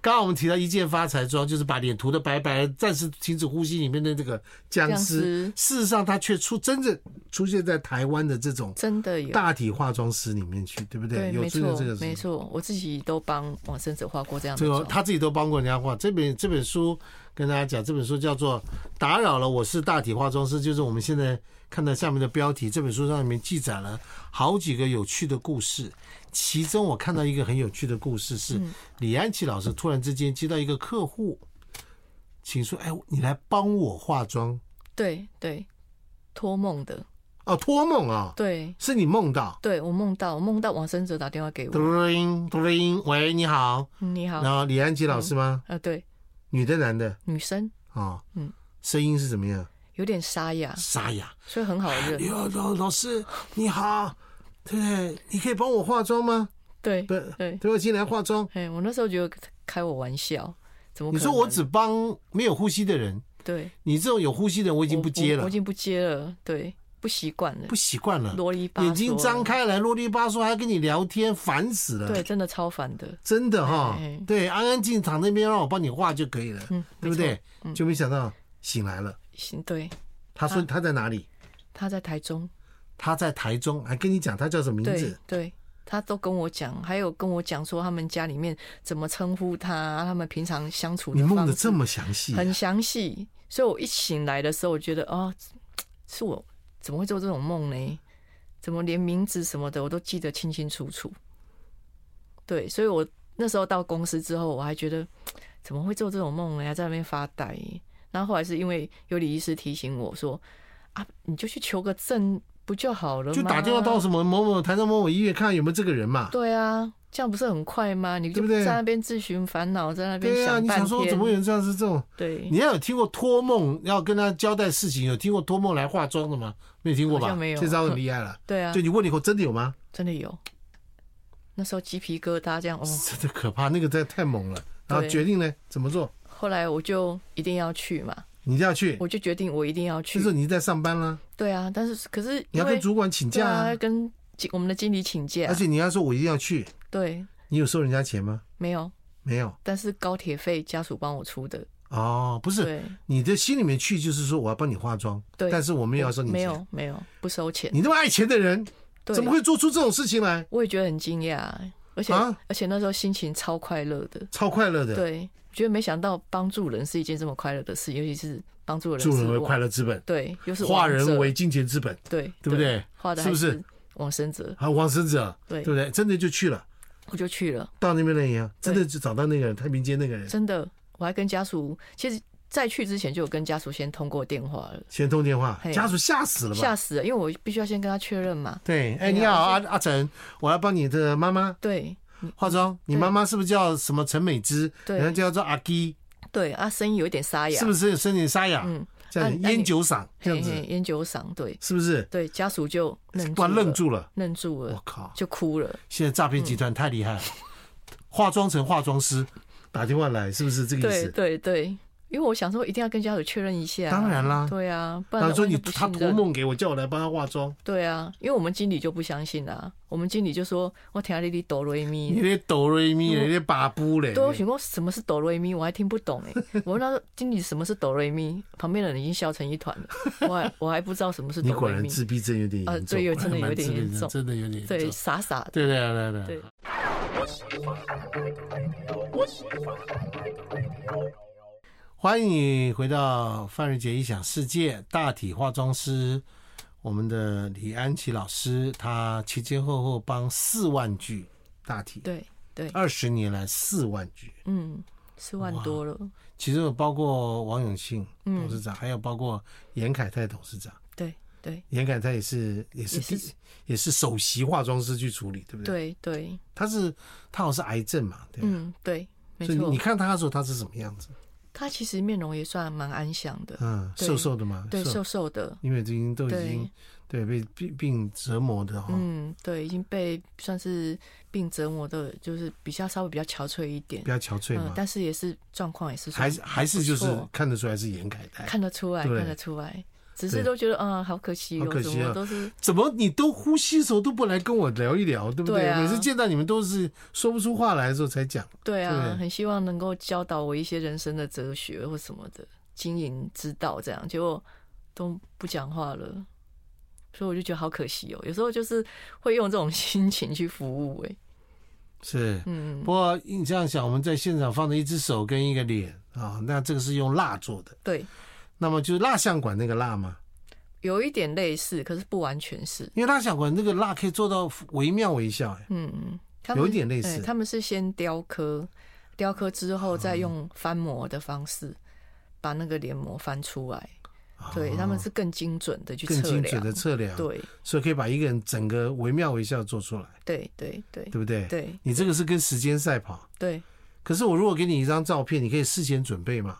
[SPEAKER 1] 刚刚我们提到一键发财妆，就是把脸涂的白白，暂时停止呼吸里面的这个僵
[SPEAKER 2] 僵
[SPEAKER 1] 尸
[SPEAKER 2] 尸。
[SPEAKER 1] 事实上，它却出真正出现在台湾的这种
[SPEAKER 2] 真的有。
[SPEAKER 1] 大体化妆师里面去，对不
[SPEAKER 2] 对，
[SPEAKER 1] 有
[SPEAKER 2] 没
[SPEAKER 1] 出
[SPEAKER 2] 错
[SPEAKER 1] 现这个，
[SPEAKER 2] 没
[SPEAKER 1] 事。
[SPEAKER 2] 错，我自己都帮往生者画过这样的
[SPEAKER 1] 这个
[SPEAKER 2] 妆。
[SPEAKER 1] 他自己都帮过人家画。这本这本书跟大家讲，这本书叫做《打扰了，我是大体化妆师》，就是我们现在看到下面的标题。这本书上面记载了好几个有趣的故事，其中我看到一个很有趣的故事是
[SPEAKER 2] 嗯
[SPEAKER 1] 李安琪老师突然之间接到一个客户，请说：“哎，你来帮我化妆
[SPEAKER 2] 对对，托梦的，
[SPEAKER 1] 哦，托梦啊，
[SPEAKER 2] 对
[SPEAKER 1] 是你梦到。”
[SPEAKER 2] 对，我梦到，我梦到往生者打电话给我，
[SPEAKER 1] 嘟铃嘟铃，喂，你好，
[SPEAKER 2] 嗯你好
[SPEAKER 1] 然，后李安琪老师吗？
[SPEAKER 2] 呃，对，
[SPEAKER 1] 女的，男的？
[SPEAKER 2] 女生
[SPEAKER 1] 啊，
[SPEAKER 2] 嗯，
[SPEAKER 1] 声音是怎么样？
[SPEAKER 2] 有点沙哑，
[SPEAKER 1] 沙哑。
[SPEAKER 2] 所以很好 认。
[SPEAKER 1] 哟，老老师你好，对不对？你可以帮我化妆吗？
[SPEAKER 2] 对
[SPEAKER 1] 对，
[SPEAKER 2] 对，
[SPEAKER 1] 对我进来化妆。
[SPEAKER 2] 哎，我那时候觉得开我玩笑，怎么可
[SPEAKER 1] 你
[SPEAKER 2] 能？
[SPEAKER 1] 说我只帮没有呼吸的人，
[SPEAKER 2] 对，
[SPEAKER 1] 你这种有呼吸的人我已
[SPEAKER 2] 已
[SPEAKER 1] 经不接
[SPEAKER 2] 我
[SPEAKER 1] 了
[SPEAKER 2] 已。经不接了。对不习惯了
[SPEAKER 1] 不，习惯了，
[SPEAKER 2] 啰里吧嗦，
[SPEAKER 1] 眼睛张，开来啰里吧嗦，还跟你聊天，烦死了。
[SPEAKER 2] 对，真的超烦的。
[SPEAKER 1] 真的哈
[SPEAKER 2] 哎哎，
[SPEAKER 1] 对，安安静躺那边让我帮你画就可以了，
[SPEAKER 2] 嗯，
[SPEAKER 1] 对不
[SPEAKER 2] 没
[SPEAKER 1] 对
[SPEAKER 2] 错？？嗯
[SPEAKER 1] 就没想到醒来了，
[SPEAKER 2] 行，对，
[SPEAKER 1] 他说
[SPEAKER 2] 啊
[SPEAKER 1] 他在哪里？
[SPEAKER 2] 他在台中，
[SPEAKER 1] 他在台中，还跟你讲他叫什么名
[SPEAKER 2] 对
[SPEAKER 1] 字？
[SPEAKER 2] 对，他都跟我讲，还有跟我讲说他们家里面怎么称呼他，他们平常相处
[SPEAKER 1] 你
[SPEAKER 2] 的
[SPEAKER 1] 梦
[SPEAKER 2] 方
[SPEAKER 1] 的
[SPEAKER 2] 式
[SPEAKER 1] 这么详细，啊
[SPEAKER 2] 很详细，所以我一醒来的时候，我觉得哦，是我怎么会做这种梦呢？怎么连名字什么的我都记得清清楚楚？对，所以我那时候到公司之后，我还觉得怎么会做这种梦呢？还在那边发呆。然后后来是因为有李医师提醒我说啊，你就去求个证不就好了吗？
[SPEAKER 1] 就打电话到什么某某台中某某医院看看有没有这个人嘛。
[SPEAKER 2] 对啊，这样不是很快吗？你
[SPEAKER 1] 对
[SPEAKER 2] 就
[SPEAKER 1] 不对
[SPEAKER 2] 在那边自寻烦恼，在那边
[SPEAKER 1] 对啊，
[SPEAKER 2] 想
[SPEAKER 1] 你
[SPEAKER 2] 半
[SPEAKER 1] 想说
[SPEAKER 2] 天。嗯
[SPEAKER 1] 怎么会有人这样是这种？
[SPEAKER 2] 对，
[SPEAKER 1] 你要有听过托梦要跟他交代事情，有听过托梦来化妆的吗？没有听过
[SPEAKER 2] 好
[SPEAKER 1] 吧？
[SPEAKER 2] 像没有
[SPEAKER 1] 这招很厉害 了。
[SPEAKER 2] 对啊
[SPEAKER 1] 就，你问你以后真的有吗？
[SPEAKER 2] 真的有。那时候鸡皮疙瘩这样哦，
[SPEAKER 1] 真的可怕，那个太太猛了。然后
[SPEAKER 2] 对
[SPEAKER 1] 决定呢怎么做？
[SPEAKER 2] 后来我就一定要去嘛，
[SPEAKER 1] 你就要去，
[SPEAKER 2] 我就决定我一定要
[SPEAKER 1] 就
[SPEAKER 2] 去。
[SPEAKER 1] 是你在上班啦，
[SPEAKER 2] 对啊，但是可是
[SPEAKER 1] 你
[SPEAKER 2] 因
[SPEAKER 1] 要跟
[SPEAKER 2] 为
[SPEAKER 1] 主管请
[SPEAKER 2] 对
[SPEAKER 1] 假啊
[SPEAKER 2] 啊，要跟经我们的经理请假，
[SPEAKER 1] 而且你要说我一定要去，
[SPEAKER 2] 对
[SPEAKER 1] 你有收人家钱吗？
[SPEAKER 2] 没有，
[SPEAKER 1] 没有
[SPEAKER 2] 但是高铁费家属帮我出的，
[SPEAKER 1] 哦，不是，
[SPEAKER 2] 对
[SPEAKER 1] 你的心里面去就是说我要帮你化妆，
[SPEAKER 2] 对
[SPEAKER 1] 但是我没有要收你钱。
[SPEAKER 2] 没，有没有不收钱，
[SPEAKER 1] 你那么爱钱的人，
[SPEAKER 2] 对啊
[SPEAKER 1] 怎么会做出这种事情来？
[SPEAKER 2] 我也觉得很惊讶，而且、
[SPEAKER 1] 啊
[SPEAKER 2] 而且那时候心情超快乐的，
[SPEAKER 1] 超快乐的，
[SPEAKER 2] 对，觉得没想到帮助人是一件这么快乐的事，尤其是帮助人
[SPEAKER 1] 助人为快
[SPEAKER 2] 乐，
[SPEAKER 1] 乐之本，
[SPEAKER 2] 对，又是
[SPEAKER 1] 化
[SPEAKER 2] 王
[SPEAKER 1] 人
[SPEAKER 2] 者
[SPEAKER 1] 为金钱之本，
[SPEAKER 2] 对
[SPEAKER 1] 对不对
[SPEAKER 2] 画的
[SPEAKER 1] 是
[SPEAKER 2] 还
[SPEAKER 1] 不是
[SPEAKER 2] 是往生者，
[SPEAKER 1] 还有往生者，
[SPEAKER 2] 对
[SPEAKER 1] 对不对？真的就去了，
[SPEAKER 2] 我就去了。
[SPEAKER 1] 到那边了一样，真
[SPEAKER 2] 对
[SPEAKER 1] 的就找到那个人，太平间那个人，
[SPEAKER 2] 真的，我还跟家属，其实在去之前就有跟家属先通过电话了，
[SPEAKER 1] 先通电话，
[SPEAKER 2] 嘿
[SPEAKER 1] 家属吓死了
[SPEAKER 2] 吓
[SPEAKER 1] 吧？
[SPEAKER 2] 死了，因为我必须要先跟他确认嘛。
[SPEAKER 1] 对，哎，
[SPEAKER 2] 对啊
[SPEAKER 1] 你好，阿阿成，我要帮你的妈妈
[SPEAKER 2] 对
[SPEAKER 1] 化妆，你
[SPEAKER 2] 对
[SPEAKER 1] 妈妈是不是叫什么陈美芝？
[SPEAKER 2] 对
[SPEAKER 1] 人家叫做阿基，
[SPEAKER 2] 对，啊，声音有一点沙哑，
[SPEAKER 1] 是不是有声音沙哑？
[SPEAKER 2] 嗯，
[SPEAKER 1] 这样
[SPEAKER 2] 啊那你
[SPEAKER 1] 烟酒嗓这样
[SPEAKER 2] 嘿嘿
[SPEAKER 1] 子，
[SPEAKER 2] 烟酒嗓，对
[SPEAKER 1] 是不是？
[SPEAKER 2] 对，家属就愣
[SPEAKER 1] 突然愣住了，
[SPEAKER 2] 愣住
[SPEAKER 1] 我
[SPEAKER 2] 了，
[SPEAKER 1] 靠！
[SPEAKER 2] 就哭了。
[SPEAKER 1] 现在诈骗集团太厉害了，化妆成化妆师打电话来，是不是这个意
[SPEAKER 2] 对
[SPEAKER 1] 思？
[SPEAKER 2] 对对，因为我想说一定要跟家属确认一下，
[SPEAKER 1] 当然啦
[SPEAKER 2] 对啊，不
[SPEAKER 1] 然
[SPEAKER 2] 然
[SPEAKER 1] 后说
[SPEAKER 2] 我就
[SPEAKER 1] 你
[SPEAKER 2] 不
[SPEAKER 1] 他
[SPEAKER 2] 信
[SPEAKER 1] 托
[SPEAKER 2] 任
[SPEAKER 1] 梦给我，叫我来帮他化妆，
[SPEAKER 2] 对啊，因为我们经理就不相信啦、我们经理就说我听你你哆瑞咪，
[SPEAKER 1] 你那哆瑞咪，你那把布嘞，
[SPEAKER 2] 对，我想过什么是哆瑞咪，我还听不懂哎、 我问他说经理什么是哆瑞咪，旁边的人已经笑成一团了，我还 我还不知道什么是
[SPEAKER 1] 你
[SPEAKER 2] 哆
[SPEAKER 1] 果
[SPEAKER 2] 瑞
[SPEAKER 1] 然
[SPEAKER 2] 咪，
[SPEAKER 1] 自闭症有点严
[SPEAKER 2] 呃
[SPEAKER 1] 重，
[SPEAKER 2] 对有真的有
[SPEAKER 1] 蛮
[SPEAKER 2] 点
[SPEAKER 1] 自闭
[SPEAKER 2] 严
[SPEAKER 1] 症
[SPEAKER 2] 重
[SPEAKER 1] 真的有点严重
[SPEAKER 2] 对，傻傻的，
[SPEAKER 1] 对对对对
[SPEAKER 2] 对，
[SPEAKER 1] 欢迎你回到范瑞杰异想世界，大体化妆师，我们的李安琪老师，他前前后后帮四万句大体，
[SPEAKER 2] 对对，
[SPEAKER 1] 二十年来四万句，
[SPEAKER 2] 嗯，四万多了，
[SPEAKER 1] 其中有包括王永庆
[SPEAKER 2] 嗯
[SPEAKER 1] 董事长，还有包括严凯泰董事长，
[SPEAKER 2] 对对
[SPEAKER 1] 严凯泰也是也是
[SPEAKER 2] 也是
[SPEAKER 1] 第也是首席化妆师去处理，对不对？对，
[SPEAKER 2] 对对，
[SPEAKER 1] 他是他好像是癌症嘛，对吧。
[SPEAKER 2] 嗯对，没
[SPEAKER 1] 所以你
[SPEAKER 2] 错
[SPEAKER 1] 你，看他的时候，他是什么样子？
[SPEAKER 2] 他其实面容也算蛮安详的，
[SPEAKER 1] 嗯，
[SPEAKER 2] 对
[SPEAKER 1] 瘦瘦的嘛，
[SPEAKER 2] 对，瘦瘦的，
[SPEAKER 1] 因为已经都已经对被病病折磨的哈，
[SPEAKER 2] 嗯对，已经被算是病折磨的，就是比较稍微比较憔悴一点
[SPEAKER 1] 比，较憔悴
[SPEAKER 2] 嗯、
[SPEAKER 1] 嘛，
[SPEAKER 2] 但是也是状况也是算
[SPEAKER 1] 还是还是就是
[SPEAKER 2] 不错
[SPEAKER 1] 看得出来是严凯泰。
[SPEAKER 2] 看得出来，
[SPEAKER 1] 对
[SPEAKER 2] 看得出来，只
[SPEAKER 1] 对
[SPEAKER 2] 是都觉得嗯，好可惜
[SPEAKER 1] 好可
[SPEAKER 2] 哦，
[SPEAKER 1] 惜
[SPEAKER 2] 怎
[SPEAKER 1] 啊
[SPEAKER 2] 么都是
[SPEAKER 1] 怎么你都呼吸的时候都不来跟我聊一聊，对不
[SPEAKER 2] 对啊
[SPEAKER 1] 每次见到你们都是说不出话来的时候才讲。
[SPEAKER 2] 对啊
[SPEAKER 1] 对，
[SPEAKER 2] 很希望能够教导我一些人生的哲学或什么的经营之道，这样结果都不讲话了，所以我就觉得好可惜哦。有时候就是会用这种 心情去服务、哎，
[SPEAKER 1] 是，
[SPEAKER 2] 嗯
[SPEAKER 1] 不，过你这样想，我们在现场放着一只手跟一个脸啊，那这个是用蜡做的，
[SPEAKER 2] 对，
[SPEAKER 1] 那么就是蜡像馆那个蜡嘛，
[SPEAKER 2] 有一点类似，可是不完全是，
[SPEAKER 1] 因为蜡像馆那个蜡可以做到惟妙惟肖，哎
[SPEAKER 2] 嗯，他们
[SPEAKER 1] 有一点类似
[SPEAKER 2] 哎。他们是先雕刻，雕刻之后再用翻模的方式把那个脸模翻出来。对，他们是更精准的去
[SPEAKER 1] 哦更
[SPEAKER 2] 测
[SPEAKER 1] 精准
[SPEAKER 2] 量，
[SPEAKER 1] 的测量，
[SPEAKER 2] 对
[SPEAKER 1] 所以可以把一个人整个惟妙惟肖做出来，
[SPEAKER 2] 对对对
[SPEAKER 1] 对不对？
[SPEAKER 2] 对
[SPEAKER 1] 你这个是跟时间赛跑。
[SPEAKER 2] 对，
[SPEAKER 1] 可是我如果给你一张照片，你可以事先准备嘛？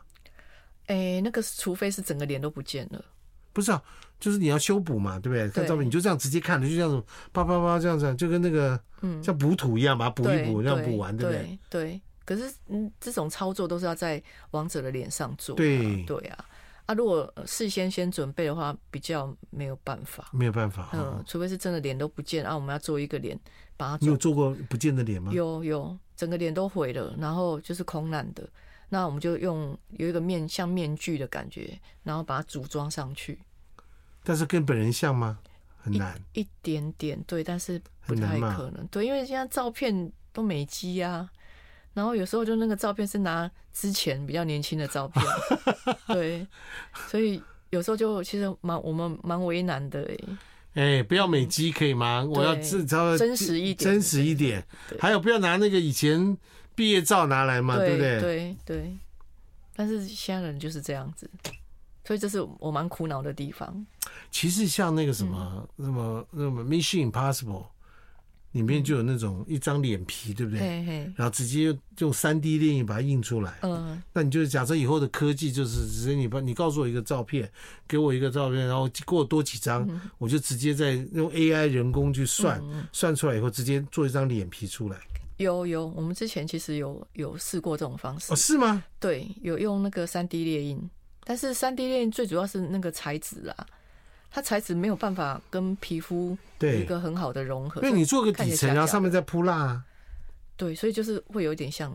[SPEAKER 2] 哎，那个是除非是整个脸都不见了，
[SPEAKER 1] 不是啊，就是你要修补嘛，对不对？看照片你就这样直接看的，就这样子叭叭叭这样子，就跟那个
[SPEAKER 2] 嗯，
[SPEAKER 1] 像补土一样，把它补一
[SPEAKER 2] 对
[SPEAKER 1] 补，这样
[SPEAKER 2] 对
[SPEAKER 1] 补完，对不对？
[SPEAKER 2] 对？对，可是嗯，这种操作都是要在王者的脸上做啊，
[SPEAKER 1] 对
[SPEAKER 2] 对啊，啊，啊，如果呃事先先准备的话，比较没有办法。
[SPEAKER 1] 没有办法。
[SPEAKER 2] 嗯
[SPEAKER 1] 嗯，，
[SPEAKER 2] 除非是真的脸都不见啊，我们要做一个脸，把它
[SPEAKER 1] 你有做
[SPEAKER 2] 做
[SPEAKER 1] 过不见的脸吗？
[SPEAKER 2] 有有整个脸都毁了，然后就是空难的。那我们就用有一个面像面具的感觉，然后把它组装上去，
[SPEAKER 1] 但是跟本人像吗？很难。
[SPEAKER 2] 一点点对，但是不
[SPEAKER 1] 很难
[SPEAKER 2] 太
[SPEAKER 1] 嘛
[SPEAKER 2] 可能对，因为现在照片都美机啊，然后有时候就那个照片是拿之前比较年轻的 照片，对，所以有时候就其实蛮我们蛮为难的欸、
[SPEAKER 1] 哎，不要美肌可以吗？我要至少
[SPEAKER 2] 真实一点
[SPEAKER 1] 真实一点。
[SPEAKER 2] 对
[SPEAKER 1] 还有，不要拿那个以前毕业照拿来嘛，对不
[SPEAKER 2] 对
[SPEAKER 1] 对？
[SPEAKER 2] 对对，但是现在人就是这样子，所以这是我蛮苦恼的地方。
[SPEAKER 1] 其实像那个什么，
[SPEAKER 2] 嗯
[SPEAKER 1] 那么那么《Mission Impossible》里面就有那种一张脸皮，对不对？
[SPEAKER 2] 嘿嘿，
[SPEAKER 1] 然后直接用三 D 列印把它印出来。
[SPEAKER 2] 嗯，
[SPEAKER 1] 那你就假设以后的科技就是直接你把你告诉我一个照片，给我一个照片，然后给我多几张，
[SPEAKER 2] 嗯
[SPEAKER 1] 我就直接在用 AI 人工去算，算出来以后直接做一张脸皮出来。
[SPEAKER 2] 有有，我们之前其实有有试过这种方式
[SPEAKER 1] 哦，，是吗？
[SPEAKER 2] 对，有用那个三 D 列印，但是三 D 列印最主要是那个材质啊，它材质没有办法跟皮肤有一
[SPEAKER 1] 对，
[SPEAKER 2] 个很好的融合
[SPEAKER 1] 因，为你做个
[SPEAKER 2] 看起
[SPEAKER 1] 底
[SPEAKER 2] 来
[SPEAKER 1] 层，
[SPEAKER 2] 假
[SPEAKER 1] 然后
[SPEAKER 2] 假
[SPEAKER 1] 上面
[SPEAKER 2] 的
[SPEAKER 1] 再铺蜡、啊。
[SPEAKER 2] 对，所以就是会有点像，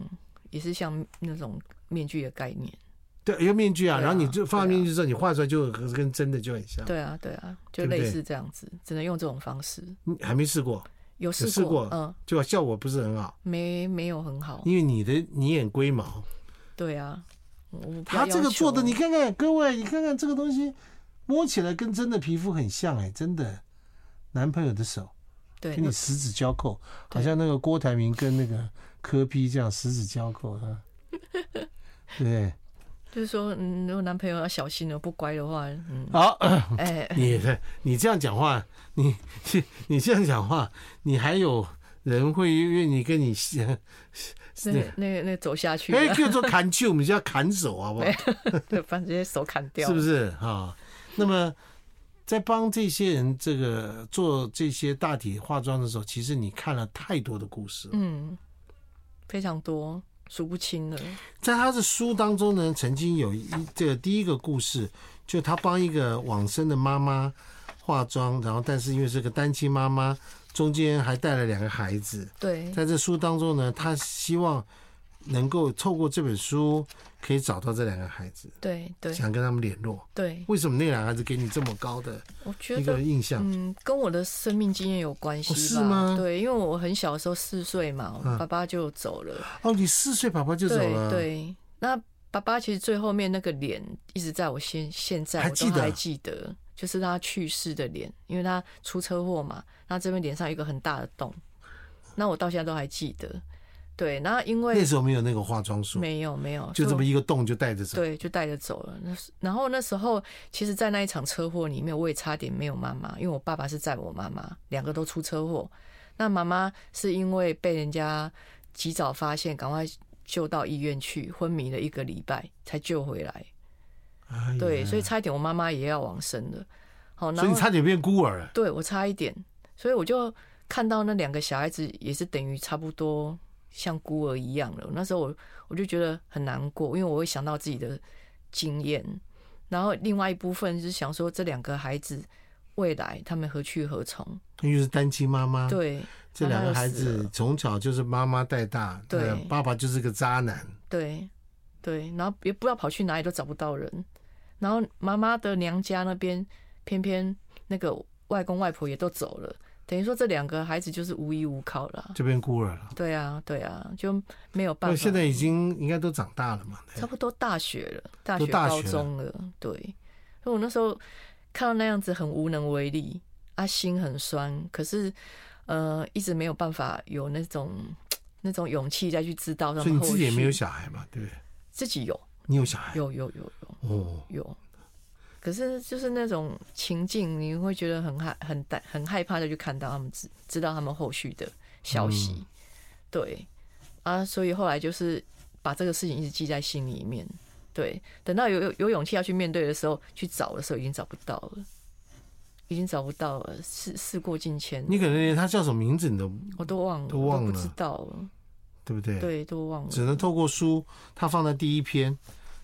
[SPEAKER 2] 也是像那种面具的概念。
[SPEAKER 1] 嗯对，一个面具啊，
[SPEAKER 2] 对啊
[SPEAKER 1] 然后你就放上面
[SPEAKER 2] 对
[SPEAKER 1] 具之后，你画出来就跟跟真的就很像。
[SPEAKER 2] 对啊，对啊，就
[SPEAKER 1] 对不
[SPEAKER 2] 类
[SPEAKER 1] 对
[SPEAKER 2] 似这样子，只能用这种方式。
[SPEAKER 1] 你还没试过，
[SPEAKER 2] 有试
[SPEAKER 1] 试过
[SPEAKER 2] 嗯，
[SPEAKER 1] 就效果不是很好，
[SPEAKER 2] 没没有很好。
[SPEAKER 1] 因为你的你眼龟毛。
[SPEAKER 2] 对啊，我我比较
[SPEAKER 1] 他这个
[SPEAKER 2] 要
[SPEAKER 1] 做
[SPEAKER 2] 求
[SPEAKER 1] 的，你看看各位，你看看这个东西，摸起来跟真的皮肤很像哎、真的。男朋友的手
[SPEAKER 2] 对
[SPEAKER 1] 跟你十指交扣，
[SPEAKER 2] 对
[SPEAKER 1] 好像那个郭台铭跟那个柯 P 这样十指交扣 啊。对，
[SPEAKER 2] 就是说，嗯，如果男朋友要小心了，不乖的话， 嗯，
[SPEAKER 1] 好、
[SPEAKER 2] 哎、
[SPEAKER 1] 你的你这样讲话，你 你这样讲话，你还有人会因为你跟你
[SPEAKER 2] 那个那个那个走下去了，
[SPEAKER 1] 哎，叫做砍球，我们叫砍手，好不好？
[SPEAKER 2] 对，把这些手砍掉，
[SPEAKER 1] 是不？是啊、那么在帮这些人这个做这些大体化妆的时候，其实你看了太多的故事了。
[SPEAKER 2] 嗯，非常多，数不清了。
[SPEAKER 1] 在他的书当中呢，曾经有一这个第一个故事，就他帮一个往生的妈妈化妆，然后但是因为是个单亲妈妈，中间还带了两个孩子。
[SPEAKER 2] 对，
[SPEAKER 1] 在这书当中呢，他希望能够透过这本书可以找到这两个孩子，
[SPEAKER 2] 对，对，
[SPEAKER 1] 想跟他们联络。
[SPEAKER 2] 对，
[SPEAKER 1] 为什么那两个孩子给你这么高的
[SPEAKER 2] 我觉
[SPEAKER 1] 一个
[SPEAKER 2] 得，
[SPEAKER 1] 印象？
[SPEAKER 2] 嗯，跟我的生命经验有关系吧、
[SPEAKER 1] 哦是吗
[SPEAKER 2] 对，因为我很小的时候四岁嘛，
[SPEAKER 1] 嗯
[SPEAKER 2] 我爸爸就走了，
[SPEAKER 1] 哦，你四岁爸爸就走了，
[SPEAKER 2] 对，对，那爸爸其实最后面那个脸一直在我现现在
[SPEAKER 1] 还
[SPEAKER 2] 我
[SPEAKER 1] 记
[SPEAKER 2] 都
[SPEAKER 1] 得啊
[SPEAKER 2] 还记得，就是他去世的脸，因为他出车祸嘛，那这边脸上有一个很大的洞，那我到现在都还记得。对，那因
[SPEAKER 1] 那
[SPEAKER 2] 为
[SPEAKER 1] 时候没有那个化妆术，
[SPEAKER 2] 没有没有，
[SPEAKER 1] 就
[SPEAKER 2] 所以
[SPEAKER 1] 这
[SPEAKER 2] 我
[SPEAKER 1] 么一个洞就带着走。
[SPEAKER 2] 对，就带着走了。那时然后那时候，其实，在那一场车祸里面，我也差点没有妈妈，因为我爸爸是载我妈妈，两个都出车祸。那妈妈是因为被人家及早发现，赶快救到医院去，昏迷了一个礼拜才救回来。
[SPEAKER 1] 哎呀
[SPEAKER 2] 对，所以差一点我妈妈也要往生了。好，
[SPEAKER 1] 所以
[SPEAKER 2] 然
[SPEAKER 1] 你
[SPEAKER 2] 后
[SPEAKER 1] 差点变孤儿了。
[SPEAKER 2] 对我差一点，所以我就看到那两个小孩子也是等于差不多像孤儿一样了。那时候我我就觉得很难过，因为我会想到自己的经验，然后另外一部分就是想说这两个孩子未来他们何去何从？
[SPEAKER 1] 因为是单亲妈妈，
[SPEAKER 2] 对
[SPEAKER 1] 这两个孩
[SPEAKER 2] 妈妈又死
[SPEAKER 1] 子从小就是妈妈带大，
[SPEAKER 2] 对
[SPEAKER 1] 呃爸爸就是个渣男，
[SPEAKER 2] 对对，然后也不知道跑去哪里都找不到人，然后妈妈的娘家那边偏偏那个外公外婆也都走了，等于说这两个孩子就是无依无靠了啊。
[SPEAKER 1] 就变孤儿了。
[SPEAKER 2] 对啊，对啊，就没有办
[SPEAKER 1] 那
[SPEAKER 2] 法。
[SPEAKER 1] 现在已经应该都长大了嘛？对
[SPEAKER 2] 差不多大学了，大
[SPEAKER 1] 都
[SPEAKER 2] 学、
[SPEAKER 1] 大
[SPEAKER 2] 高
[SPEAKER 1] 学了
[SPEAKER 2] 中了，对。所以我那时候看到那样子很无能为力，啊，心很酸，可是呃，一直没有办法有那种那种勇气再去知道他
[SPEAKER 1] 所以
[SPEAKER 2] 们
[SPEAKER 1] 你
[SPEAKER 2] 后续。
[SPEAKER 1] 自己也没有小孩嘛？对不对？
[SPEAKER 2] 自己有，
[SPEAKER 1] 你有小孩
[SPEAKER 2] 有有有有
[SPEAKER 1] 哦，
[SPEAKER 2] 有。可是就是那种情境，你会觉得很害、很担、很害怕的去看到他们知知道他们后续的消息，
[SPEAKER 1] 嗯
[SPEAKER 2] 对啊，所以后来就是把这个事情一直记在心里面。对，等到有有有勇气要去面对的时候，去找的时候已经找不到了，已经找不到了，事事过境迁，
[SPEAKER 1] 你可能连他叫什么名字你都
[SPEAKER 2] 我都忘了，
[SPEAKER 1] 都忘
[SPEAKER 2] 我
[SPEAKER 1] 了
[SPEAKER 2] 不知道了，
[SPEAKER 1] 对不对？
[SPEAKER 2] 对，都忘了，
[SPEAKER 1] 只能透过书，他放在第一篇，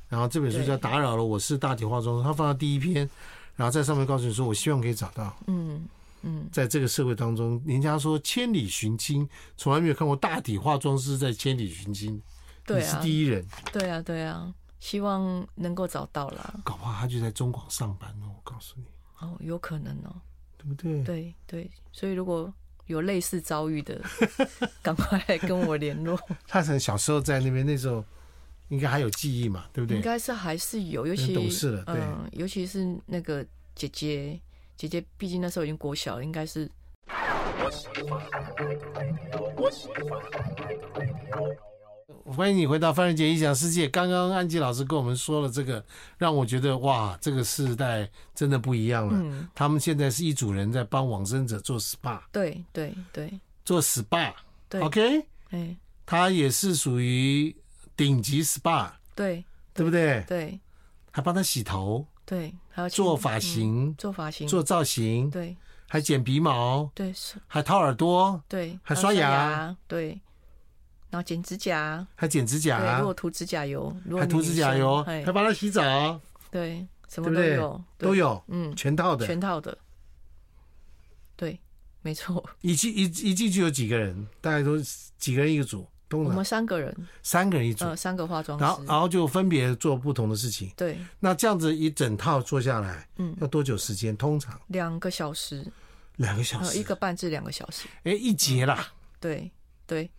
[SPEAKER 1] 然后这本书叫《打扰了我是大体化妆师》，他放到第一篇，然后在上面告诉你说，我希望可以找到
[SPEAKER 2] 嗯嗯，
[SPEAKER 1] 在这个社会当中，人家说千里寻亲，从来没有看过大体化妆师在千里寻亲，你
[SPEAKER 2] 对
[SPEAKER 1] 是
[SPEAKER 2] 啊，
[SPEAKER 1] 第一人，
[SPEAKER 2] 对啊，对啊，希望能够找到啦。
[SPEAKER 1] 搞不好他就在中广上班哦，我告诉你，
[SPEAKER 2] 哦，有可能哦，
[SPEAKER 1] 对不 对？
[SPEAKER 2] 对对，所以如果有类似遭遇 的，赶快来跟我联络。
[SPEAKER 1] 他可能小时候在那边，那时候应该还有记忆嘛，对不
[SPEAKER 2] 应
[SPEAKER 1] 对？
[SPEAKER 2] 该是还是有，尤
[SPEAKER 1] 很
[SPEAKER 2] 其
[SPEAKER 1] 懂事了对
[SPEAKER 2] 嗯，尤其是那个姐姐，姐姐毕竟那时候已经国小了，应该是
[SPEAKER 1] 欢迎你回到范仁杰异想世界。刚刚安吉老师跟我们说了这个，让我觉得哇，这个世代真的不一样了。
[SPEAKER 2] 嗯，
[SPEAKER 1] 他们现在是一组人在帮往生者做 SPA，
[SPEAKER 2] 对对对
[SPEAKER 1] 做 SPA。
[SPEAKER 2] 对，
[SPEAKER 1] OK，
[SPEAKER 2] 哎，
[SPEAKER 1] 他也是属于顶级 SPA，
[SPEAKER 2] 对
[SPEAKER 1] 对不对？
[SPEAKER 2] 对
[SPEAKER 1] 还帮他洗头、
[SPEAKER 2] 对，还要
[SPEAKER 1] 做
[SPEAKER 2] 亲
[SPEAKER 1] 发，型
[SPEAKER 2] 嗯、做发型，
[SPEAKER 1] 做造型，
[SPEAKER 2] 对
[SPEAKER 1] 还剪鼻毛，
[SPEAKER 2] 对是，
[SPEAKER 1] 还掏耳朵，
[SPEAKER 2] 对，
[SPEAKER 1] 还
[SPEAKER 2] 要
[SPEAKER 1] 刷牙
[SPEAKER 2] 牙，对，然后剪指甲，
[SPEAKER 1] 还剪指
[SPEAKER 2] 对，
[SPEAKER 1] 甲
[SPEAKER 2] 如果，涂指甲油，如果
[SPEAKER 1] 还
[SPEAKER 2] 你
[SPEAKER 1] 涂
[SPEAKER 2] 女
[SPEAKER 1] 指甲
[SPEAKER 2] 生
[SPEAKER 1] 油，
[SPEAKER 2] 嘿
[SPEAKER 1] 还帮他洗澡，啊
[SPEAKER 2] 对，什
[SPEAKER 1] 对
[SPEAKER 2] 么
[SPEAKER 1] 不
[SPEAKER 2] 都
[SPEAKER 1] 对
[SPEAKER 2] 有，？对
[SPEAKER 1] 都，有
[SPEAKER 2] 嗯，
[SPEAKER 1] 全套的。
[SPEAKER 2] 全套的，对，没 错，
[SPEAKER 1] 一进一一进去有几个人？大概都是几个人一个组，通
[SPEAKER 2] 我
[SPEAKER 1] 常
[SPEAKER 2] 们三个人，
[SPEAKER 1] 三个人一组，
[SPEAKER 2] 呃，三个化妆
[SPEAKER 1] 然后
[SPEAKER 2] 师，
[SPEAKER 1] 然后就分别做不同的事情。
[SPEAKER 2] 对，
[SPEAKER 1] 那这样子一整套做下来，
[SPEAKER 2] 嗯，
[SPEAKER 1] 要多久时间？通常
[SPEAKER 2] 两个小时，
[SPEAKER 1] 两个小
[SPEAKER 2] 呃，
[SPEAKER 1] 时，
[SPEAKER 2] 一个半至两个小时，
[SPEAKER 1] 哎一节啦，
[SPEAKER 2] 对对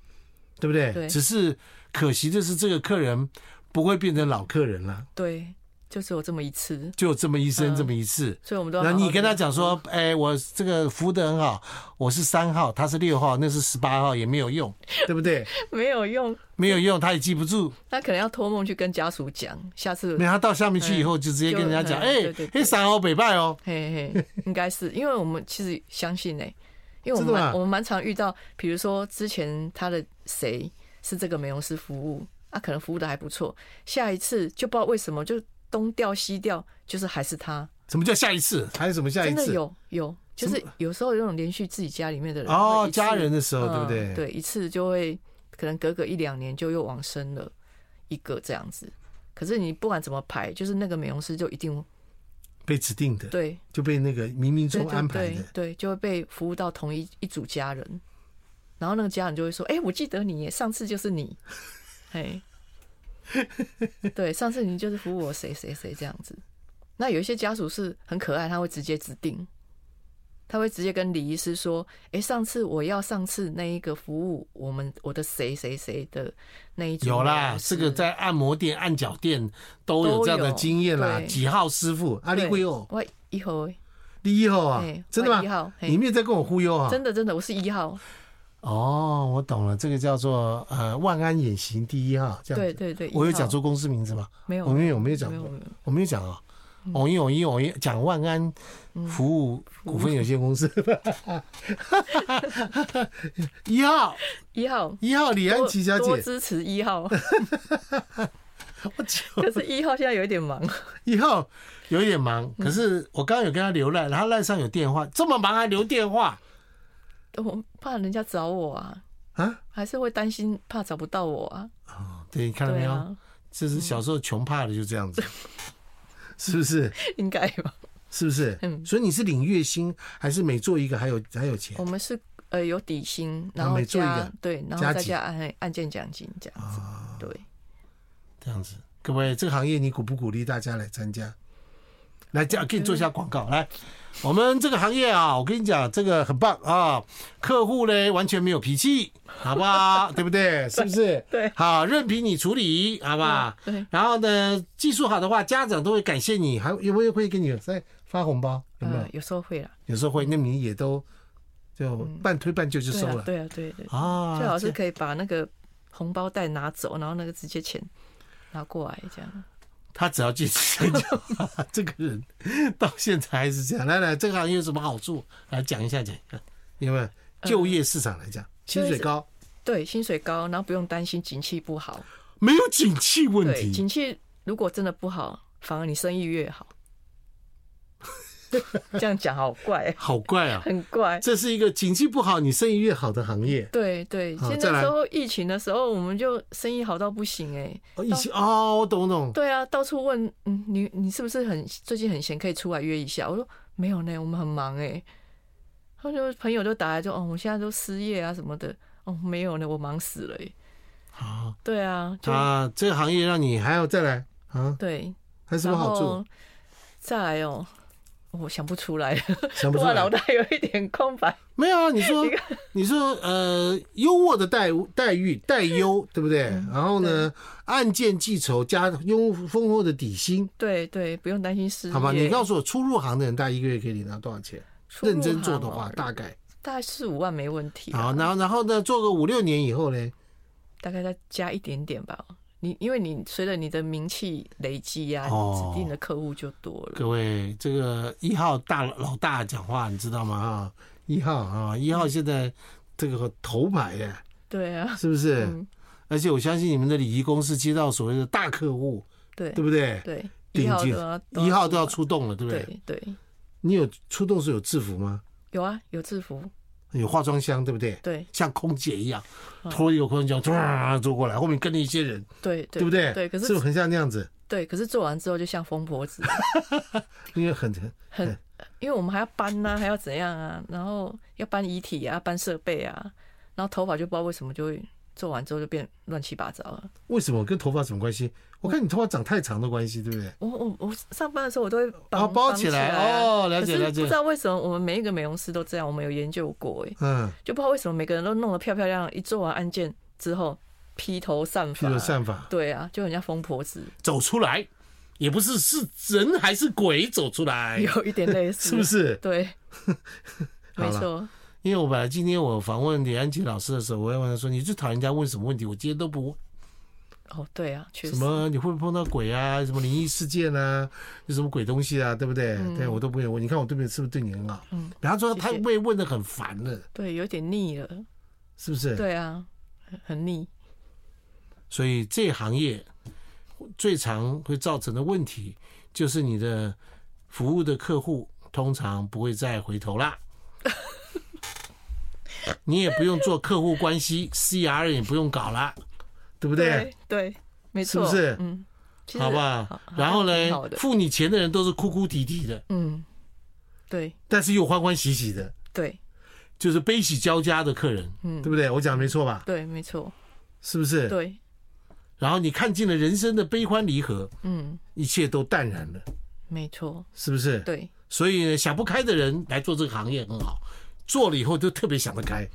[SPEAKER 1] 对不对？
[SPEAKER 2] 对
[SPEAKER 1] 只是可惜的是，这个客人不会变成老客人了，
[SPEAKER 2] 对，就只有这么一次，
[SPEAKER 1] 就这么一生
[SPEAKER 2] 嗯
[SPEAKER 1] 这么一次。
[SPEAKER 2] 所以我们都要
[SPEAKER 1] 那
[SPEAKER 2] 好好
[SPEAKER 1] 你跟
[SPEAKER 2] 地
[SPEAKER 1] 他讲说，哎，我这个服务的很好，我是三号，他是六号，那是十八号，也没有用，对不对？
[SPEAKER 2] 没有用，
[SPEAKER 1] 没有用，他也记不住。
[SPEAKER 2] 他可能要托梦去跟家属讲，下次
[SPEAKER 1] 没有，他到下面去以后就直接跟人家讲，
[SPEAKER 2] 就
[SPEAKER 1] 哎
[SPEAKER 2] 对对，对
[SPEAKER 1] 哎，三号北拜哦，
[SPEAKER 2] 嘿嘿，应该是，因为我们其实相 信呢、因为我们
[SPEAKER 1] 真的吗
[SPEAKER 2] 蛮我们蛮常遇到，比如说之前他的谁是这个美容师服务，啊，可能服务的还不错，下一次就不知道为什么就东调西调，就是还是他，
[SPEAKER 1] 什么叫下一次？还有什么下一
[SPEAKER 2] 真的
[SPEAKER 1] 次？
[SPEAKER 2] 有有，就是有时候有那种连续自己家里面的人
[SPEAKER 1] 哦
[SPEAKER 2] 会，一次
[SPEAKER 1] 家人的时候，对不
[SPEAKER 2] 嗯
[SPEAKER 1] 对？
[SPEAKER 2] 对，一次就会可能隔个一两年就又往生了一个这样子，可是你不管怎么排，就是那个美容师就一定
[SPEAKER 1] 被指定的，
[SPEAKER 2] 对
[SPEAKER 1] 就被那个冥冥
[SPEAKER 2] 对
[SPEAKER 1] 中
[SPEAKER 2] 对
[SPEAKER 1] 安排
[SPEAKER 2] 对
[SPEAKER 1] 的。
[SPEAKER 2] 对，就会被服务到同一一组家人，然后那个家人就会说：“哎、我记得你耶，上次就是你，哎，对，上次你就是服务我谁谁谁这样子。”那有一些家属是很可爱，他会直接指定，他会直接跟李医师说：“哎、上次我要上次那一个服务我们我的谁谁谁的那一组
[SPEAKER 1] 有啦
[SPEAKER 2] 老，
[SPEAKER 1] 这
[SPEAKER 2] 师
[SPEAKER 1] 个在按摩店、按脚店都有
[SPEAKER 2] 都
[SPEAKER 1] 这样的
[SPEAKER 2] 有
[SPEAKER 1] 经验啦。
[SPEAKER 2] 对
[SPEAKER 1] 几号师傅？阿里
[SPEAKER 2] 对
[SPEAKER 1] 贵哦，
[SPEAKER 2] 我一号耶，
[SPEAKER 1] 第一号啊
[SPEAKER 2] 嘿，
[SPEAKER 1] 真的
[SPEAKER 2] 我一
[SPEAKER 1] 吗
[SPEAKER 2] 号？嘿
[SPEAKER 1] 你没有在跟我忽悠啊？
[SPEAKER 2] 真的真的，我是一号，
[SPEAKER 1] 哦，我懂了，这个叫做呃万安演行第一号，这样
[SPEAKER 2] 对
[SPEAKER 1] 子。
[SPEAKER 2] 对对，
[SPEAKER 1] 我有
[SPEAKER 2] 一号
[SPEAKER 1] 讲出公司名字吗？
[SPEAKER 2] 没有？
[SPEAKER 1] 我没有，我没有讲
[SPEAKER 2] 没有
[SPEAKER 1] 过
[SPEAKER 2] 没有，嗯
[SPEAKER 1] 我没有讲啊。偶一偶一偶一讲万安服务股份有限公 司，一号
[SPEAKER 2] 一号。
[SPEAKER 1] 一号李安
[SPEAKER 2] 多
[SPEAKER 1] 琪小
[SPEAKER 2] 多
[SPEAKER 1] 姐，
[SPEAKER 2] 支持一 号。可是一号现在有一点忙，
[SPEAKER 1] 一号有一点忙，
[SPEAKER 2] 嗯
[SPEAKER 1] 可是我刚刚有跟他留赖，然后赖上有电话，这么忙还留电话
[SPEAKER 2] 我怕人家找我啊，
[SPEAKER 1] 啊？
[SPEAKER 2] 还是会担心怕找不到我啊。
[SPEAKER 1] 哦，对，你看到没
[SPEAKER 2] 对
[SPEAKER 1] 有？
[SPEAKER 2] 啊，
[SPEAKER 1] 这是小时候穷怕的就这样子，是不是？
[SPEAKER 2] 应该吧。
[SPEAKER 1] 是不是？
[SPEAKER 2] 嗯
[SPEAKER 1] 所以你是领月薪，还是每做一个还有还有钱
[SPEAKER 2] 我？们是呃有底薪，然
[SPEAKER 1] 啊
[SPEAKER 2] 后
[SPEAKER 1] 每做一
[SPEAKER 2] 加
[SPEAKER 1] 个
[SPEAKER 2] 对，然
[SPEAKER 1] 加
[SPEAKER 2] 后再
[SPEAKER 1] 几啊
[SPEAKER 2] 加按按件奖金这样子。对，
[SPEAKER 1] 这样子，各位，这个行业你鼓不鼓励大家来参加？来，这样给你做一下广
[SPEAKER 2] 嗯
[SPEAKER 1] 告。来，我们这个行业啊，我跟你讲，这个很棒啊，客户呢完全没有脾气，好不 好？对不对？是不是？
[SPEAKER 2] 对
[SPEAKER 1] 好，任凭你处理，好吧？
[SPEAKER 2] 嗯对。
[SPEAKER 1] 然后呢，技术好的话，家长都会感谢你，还有没有会给你再发红包？有没有
[SPEAKER 2] 呃？有时候会啦，
[SPEAKER 1] 有时候会，那你也都就半推半就就
[SPEAKER 2] 对
[SPEAKER 1] 收
[SPEAKER 2] 啊
[SPEAKER 1] 了，
[SPEAKER 2] 对啊，对对，
[SPEAKER 1] 啊。
[SPEAKER 2] 最好是
[SPEAKER 1] 这
[SPEAKER 2] 可以把那个红包袋拿走，然后那个直接钱拿过来这样。
[SPEAKER 1] 他只要进去就 好，这个人到现在还是这样。来来，这个行业有什么好处？来讲一下，讲一下，有没有就业市场来
[SPEAKER 2] 嗯
[SPEAKER 1] 讲，薪水高，
[SPEAKER 2] 对，薪水高，然后不用担心景气不好。
[SPEAKER 1] 没有景气问
[SPEAKER 2] 对，
[SPEAKER 1] 题，
[SPEAKER 2] 景气如果真的不好，反而你生意越好。 这样讲好怪，
[SPEAKER 1] 好怪啊！
[SPEAKER 2] 很嗯怪。
[SPEAKER 1] 这是一个景气不好，你生意越好的行业。
[SPEAKER 2] 对对，
[SPEAKER 1] 好
[SPEAKER 2] 现
[SPEAKER 1] 再
[SPEAKER 2] 在
[SPEAKER 1] 来
[SPEAKER 2] 时候疫情的时候，我们就生意好到不行哎、
[SPEAKER 1] 哦，疫情哦，我懂懂。
[SPEAKER 2] 对啊，到处问，嗯，你你是不是很最近很闲，可以出来约一下？我说没有呢，我们很忙哎、他们就朋友就打来就哦，我现在都失业啊什么的，哦没有呢，我忙死了、欸。
[SPEAKER 1] 好
[SPEAKER 2] 对啊，就、
[SPEAKER 1] 啊，这个行业让你还要再来啊，
[SPEAKER 2] 对，
[SPEAKER 1] 还是
[SPEAKER 2] 然
[SPEAKER 1] 不
[SPEAKER 2] 后
[SPEAKER 1] 好做，
[SPEAKER 2] 再来哦，我想不出来了，
[SPEAKER 1] 想不
[SPEAKER 2] 突
[SPEAKER 1] 出
[SPEAKER 2] 然脑
[SPEAKER 1] 来。
[SPEAKER 2] 袋有一点空白。
[SPEAKER 1] 没有啊，你 说你说呃，优渥的待遇待遇待 优，对不对？
[SPEAKER 2] 嗯
[SPEAKER 1] 然后呢，按件计酬加优丰厚的底薪，
[SPEAKER 2] 对对，不用担心失业。
[SPEAKER 1] 好吧？你告诉我，初入行的人大概一个月可以领到多少钱？
[SPEAKER 2] 初入
[SPEAKER 1] 认真做的
[SPEAKER 2] 行
[SPEAKER 1] 话，
[SPEAKER 2] 哦
[SPEAKER 1] 大概
[SPEAKER 2] 大概四五万没问题、啊。
[SPEAKER 1] 好，然后然后呢，做个五六年以后呢，
[SPEAKER 2] 大概再加一点点吧。你因为你随着你的名气累积呀、
[SPEAKER 1] 哦
[SPEAKER 2] 指定的客户就多了。
[SPEAKER 1] 各位，这个一号大老大讲话，你知道吗？啊，一号啊，一号现在这个头牌耶，
[SPEAKER 2] 对啊，
[SPEAKER 1] 是不是？
[SPEAKER 2] 嗯
[SPEAKER 1] 而且我相信你们的礼仪公司接到所谓的大客户，
[SPEAKER 2] 对
[SPEAKER 1] 对不对？
[SPEAKER 2] 对，
[SPEAKER 1] 顶
[SPEAKER 2] 一号
[SPEAKER 1] 级
[SPEAKER 2] 都要
[SPEAKER 1] 一号都要
[SPEAKER 2] 嘛
[SPEAKER 1] 出动了，对不对？
[SPEAKER 2] 对对，
[SPEAKER 1] 你有出动是有制服吗？
[SPEAKER 2] 有啊，有制服，
[SPEAKER 1] 有化妆箱，对不对？
[SPEAKER 2] 对
[SPEAKER 1] 像空姐一样，
[SPEAKER 2] 嗯
[SPEAKER 1] 拖一个空姐唰走过来，后面跟着一些人，
[SPEAKER 2] 对
[SPEAKER 1] 对不对？
[SPEAKER 2] 对，可
[SPEAKER 1] 是不
[SPEAKER 2] 是
[SPEAKER 1] 是很像那样子？
[SPEAKER 2] 对，可是做完之后就像疯婆子，
[SPEAKER 1] 因为很很
[SPEAKER 2] 很，因为我们还要搬呐、还要怎样啊，然后要搬遗体啊，搬设备啊，然后头发就不知道为什么就会做完之后就变乱七八糟了。
[SPEAKER 1] 为什么跟头发什么关系？我看你头发长太长的关系，对不对？
[SPEAKER 2] 我我我上班的时候我都会绑、
[SPEAKER 1] 哦包
[SPEAKER 2] 绑
[SPEAKER 1] 起
[SPEAKER 2] 起
[SPEAKER 1] 来
[SPEAKER 2] 啊
[SPEAKER 1] 哦了
[SPEAKER 2] 可
[SPEAKER 1] 解
[SPEAKER 2] 是
[SPEAKER 1] 了解
[SPEAKER 2] 不知道为什么我们每一个美容师都这样，我们有研究过哎、
[SPEAKER 1] 嗯，
[SPEAKER 2] 就不知道为什么每个人都弄得漂漂亮亮，一做完案件之后披头散
[SPEAKER 1] 披
[SPEAKER 2] 发，
[SPEAKER 1] 头散发
[SPEAKER 2] 对啊，就人家疯婆子，
[SPEAKER 1] 走出来，也不是是人还是鬼走出来，
[SPEAKER 2] 有一点类似，
[SPEAKER 1] 哎是不？是？
[SPEAKER 2] 对，
[SPEAKER 1] 好
[SPEAKER 2] 没
[SPEAKER 1] 了
[SPEAKER 2] 错，
[SPEAKER 1] 因为我本来今天我访问李安琪老师的时候，我也问他说：“你最讨厌人家问什么问题？”我今天都不问。
[SPEAKER 2] 哦，对啊，确
[SPEAKER 1] 什
[SPEAKER 2] 实，
[SPEAKER 1] 么你会不会碰到鬼啊？什么灵异事件啊？有什么鬼东西啊？对不对？对我都不会问。你看我对面是不是对你很好？
[SPEAKER 2] 嗯，
[SPEAKER 1] 比方说他
[SPEAKER 2] 谢谢
[SPEAKER 1] 被问的很烦了，
[SPEAKER 2] 对，有点腻了，
[SPEAKER 1] 是不是？。
[SPEAKER 2] 对啊，很很腻，
[SPEAKER 1] 所以这行业最常会造成的问题，就是你的服务的客户通常不会再回头 啦。你也不用做客户关系，CR 也不用搞啦，对不对？
[SPEAKER 2] 对，没错，
[SPEAKER 1] 是不是
[SPEAKER 2] 嗯，其实
[SPEAKER 1] 好不好
[SPEAKER 2] 好？
[SPEAKER 1] 然后
[SPEAKER 2] 还挺
[SPEAKER 1] 呢
[SPEAKER 2] 好，的，
[SPEAKER 1] 付你钱的人都是哭哭啼啼的，
[SPEAKER 2] 嗯，对
[SPEAKER 1] 但是又欢欢喜喜的，
[SPEAKER 2] 对
[SPEAKER 1] 就是悲喜交加的客人，
[SPEAKER 2] 嗯
[SPEAKER 1] 对不对？我讲得没错吧？
[SPEAKER 2] 对，没错，
[SPEAKER 1] 是不是？
[SPEAKER 2] 对，
[SPEAKER 1] 然后你看尽了人生的悲欢离合，
[SPEAKER 2] 嗯，
[SPEAKER 1] 一切都淡然了，
[SPEAKER 2] 没错，
[SPEAKER 1] 是不是？
[SPEAKER 2] 对。
[SPEAKER 1] 所以呢，想不开的人来做这个行业很好，做了以后就特别想得开。
[SPEAKER 2] 嗯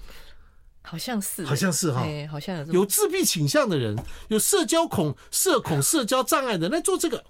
[SPEAKER 2] 好像是欸，
[SPEAKER 1] 好像是哈
[SPEAKER 2] 哎，好像有这么
[SPEAKER 1] 有自闭倾向的人，有社交恐、社恐、社交障碍的人来做这个，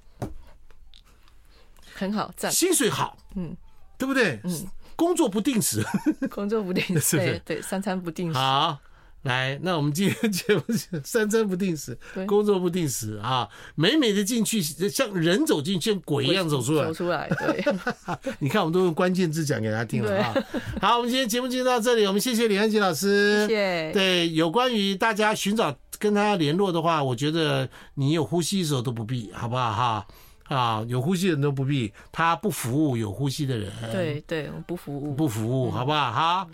[SPEAKER 2] 很好赞，
[SPEAKER 1] 薪水好，
[SPEAKER 2] 嗯，
[SPEAKER 1] 对不对？嗯，工作不定时。
[SPEAKER 2] 工作不定
[SPEAKER 1] 是 不是
[SPEAKER 2] 时，对对，三餐不定 时，
[SPEAKER 1] 好，来，那我们今天节目是三餐不定时，
[SPEAKER 2] 对
[SPEAKER 1] 工作不定时啊，美美的进去，像人走进去，像鬼一样走出来
[SPEAKER 2] 走。出来， 对，
[SPEAKER 1] 你看，我们都用关键字讲给大家听了啊。好，我们今天节目就到这里，我们谢谢李安琪老师。
[SPEAKER 2] 谢谢
[SPEAKER 1] 对，有关于大家寻找跟他联络的话，我觉得你有呼吸的时候都不必，好不好哈？啊，有呼吸的人都不必，他不服务有呼吸的人，，
[SPEAKER 2] 对对，我不服务。
[SPEAKER 1] 不服务，好不好哈？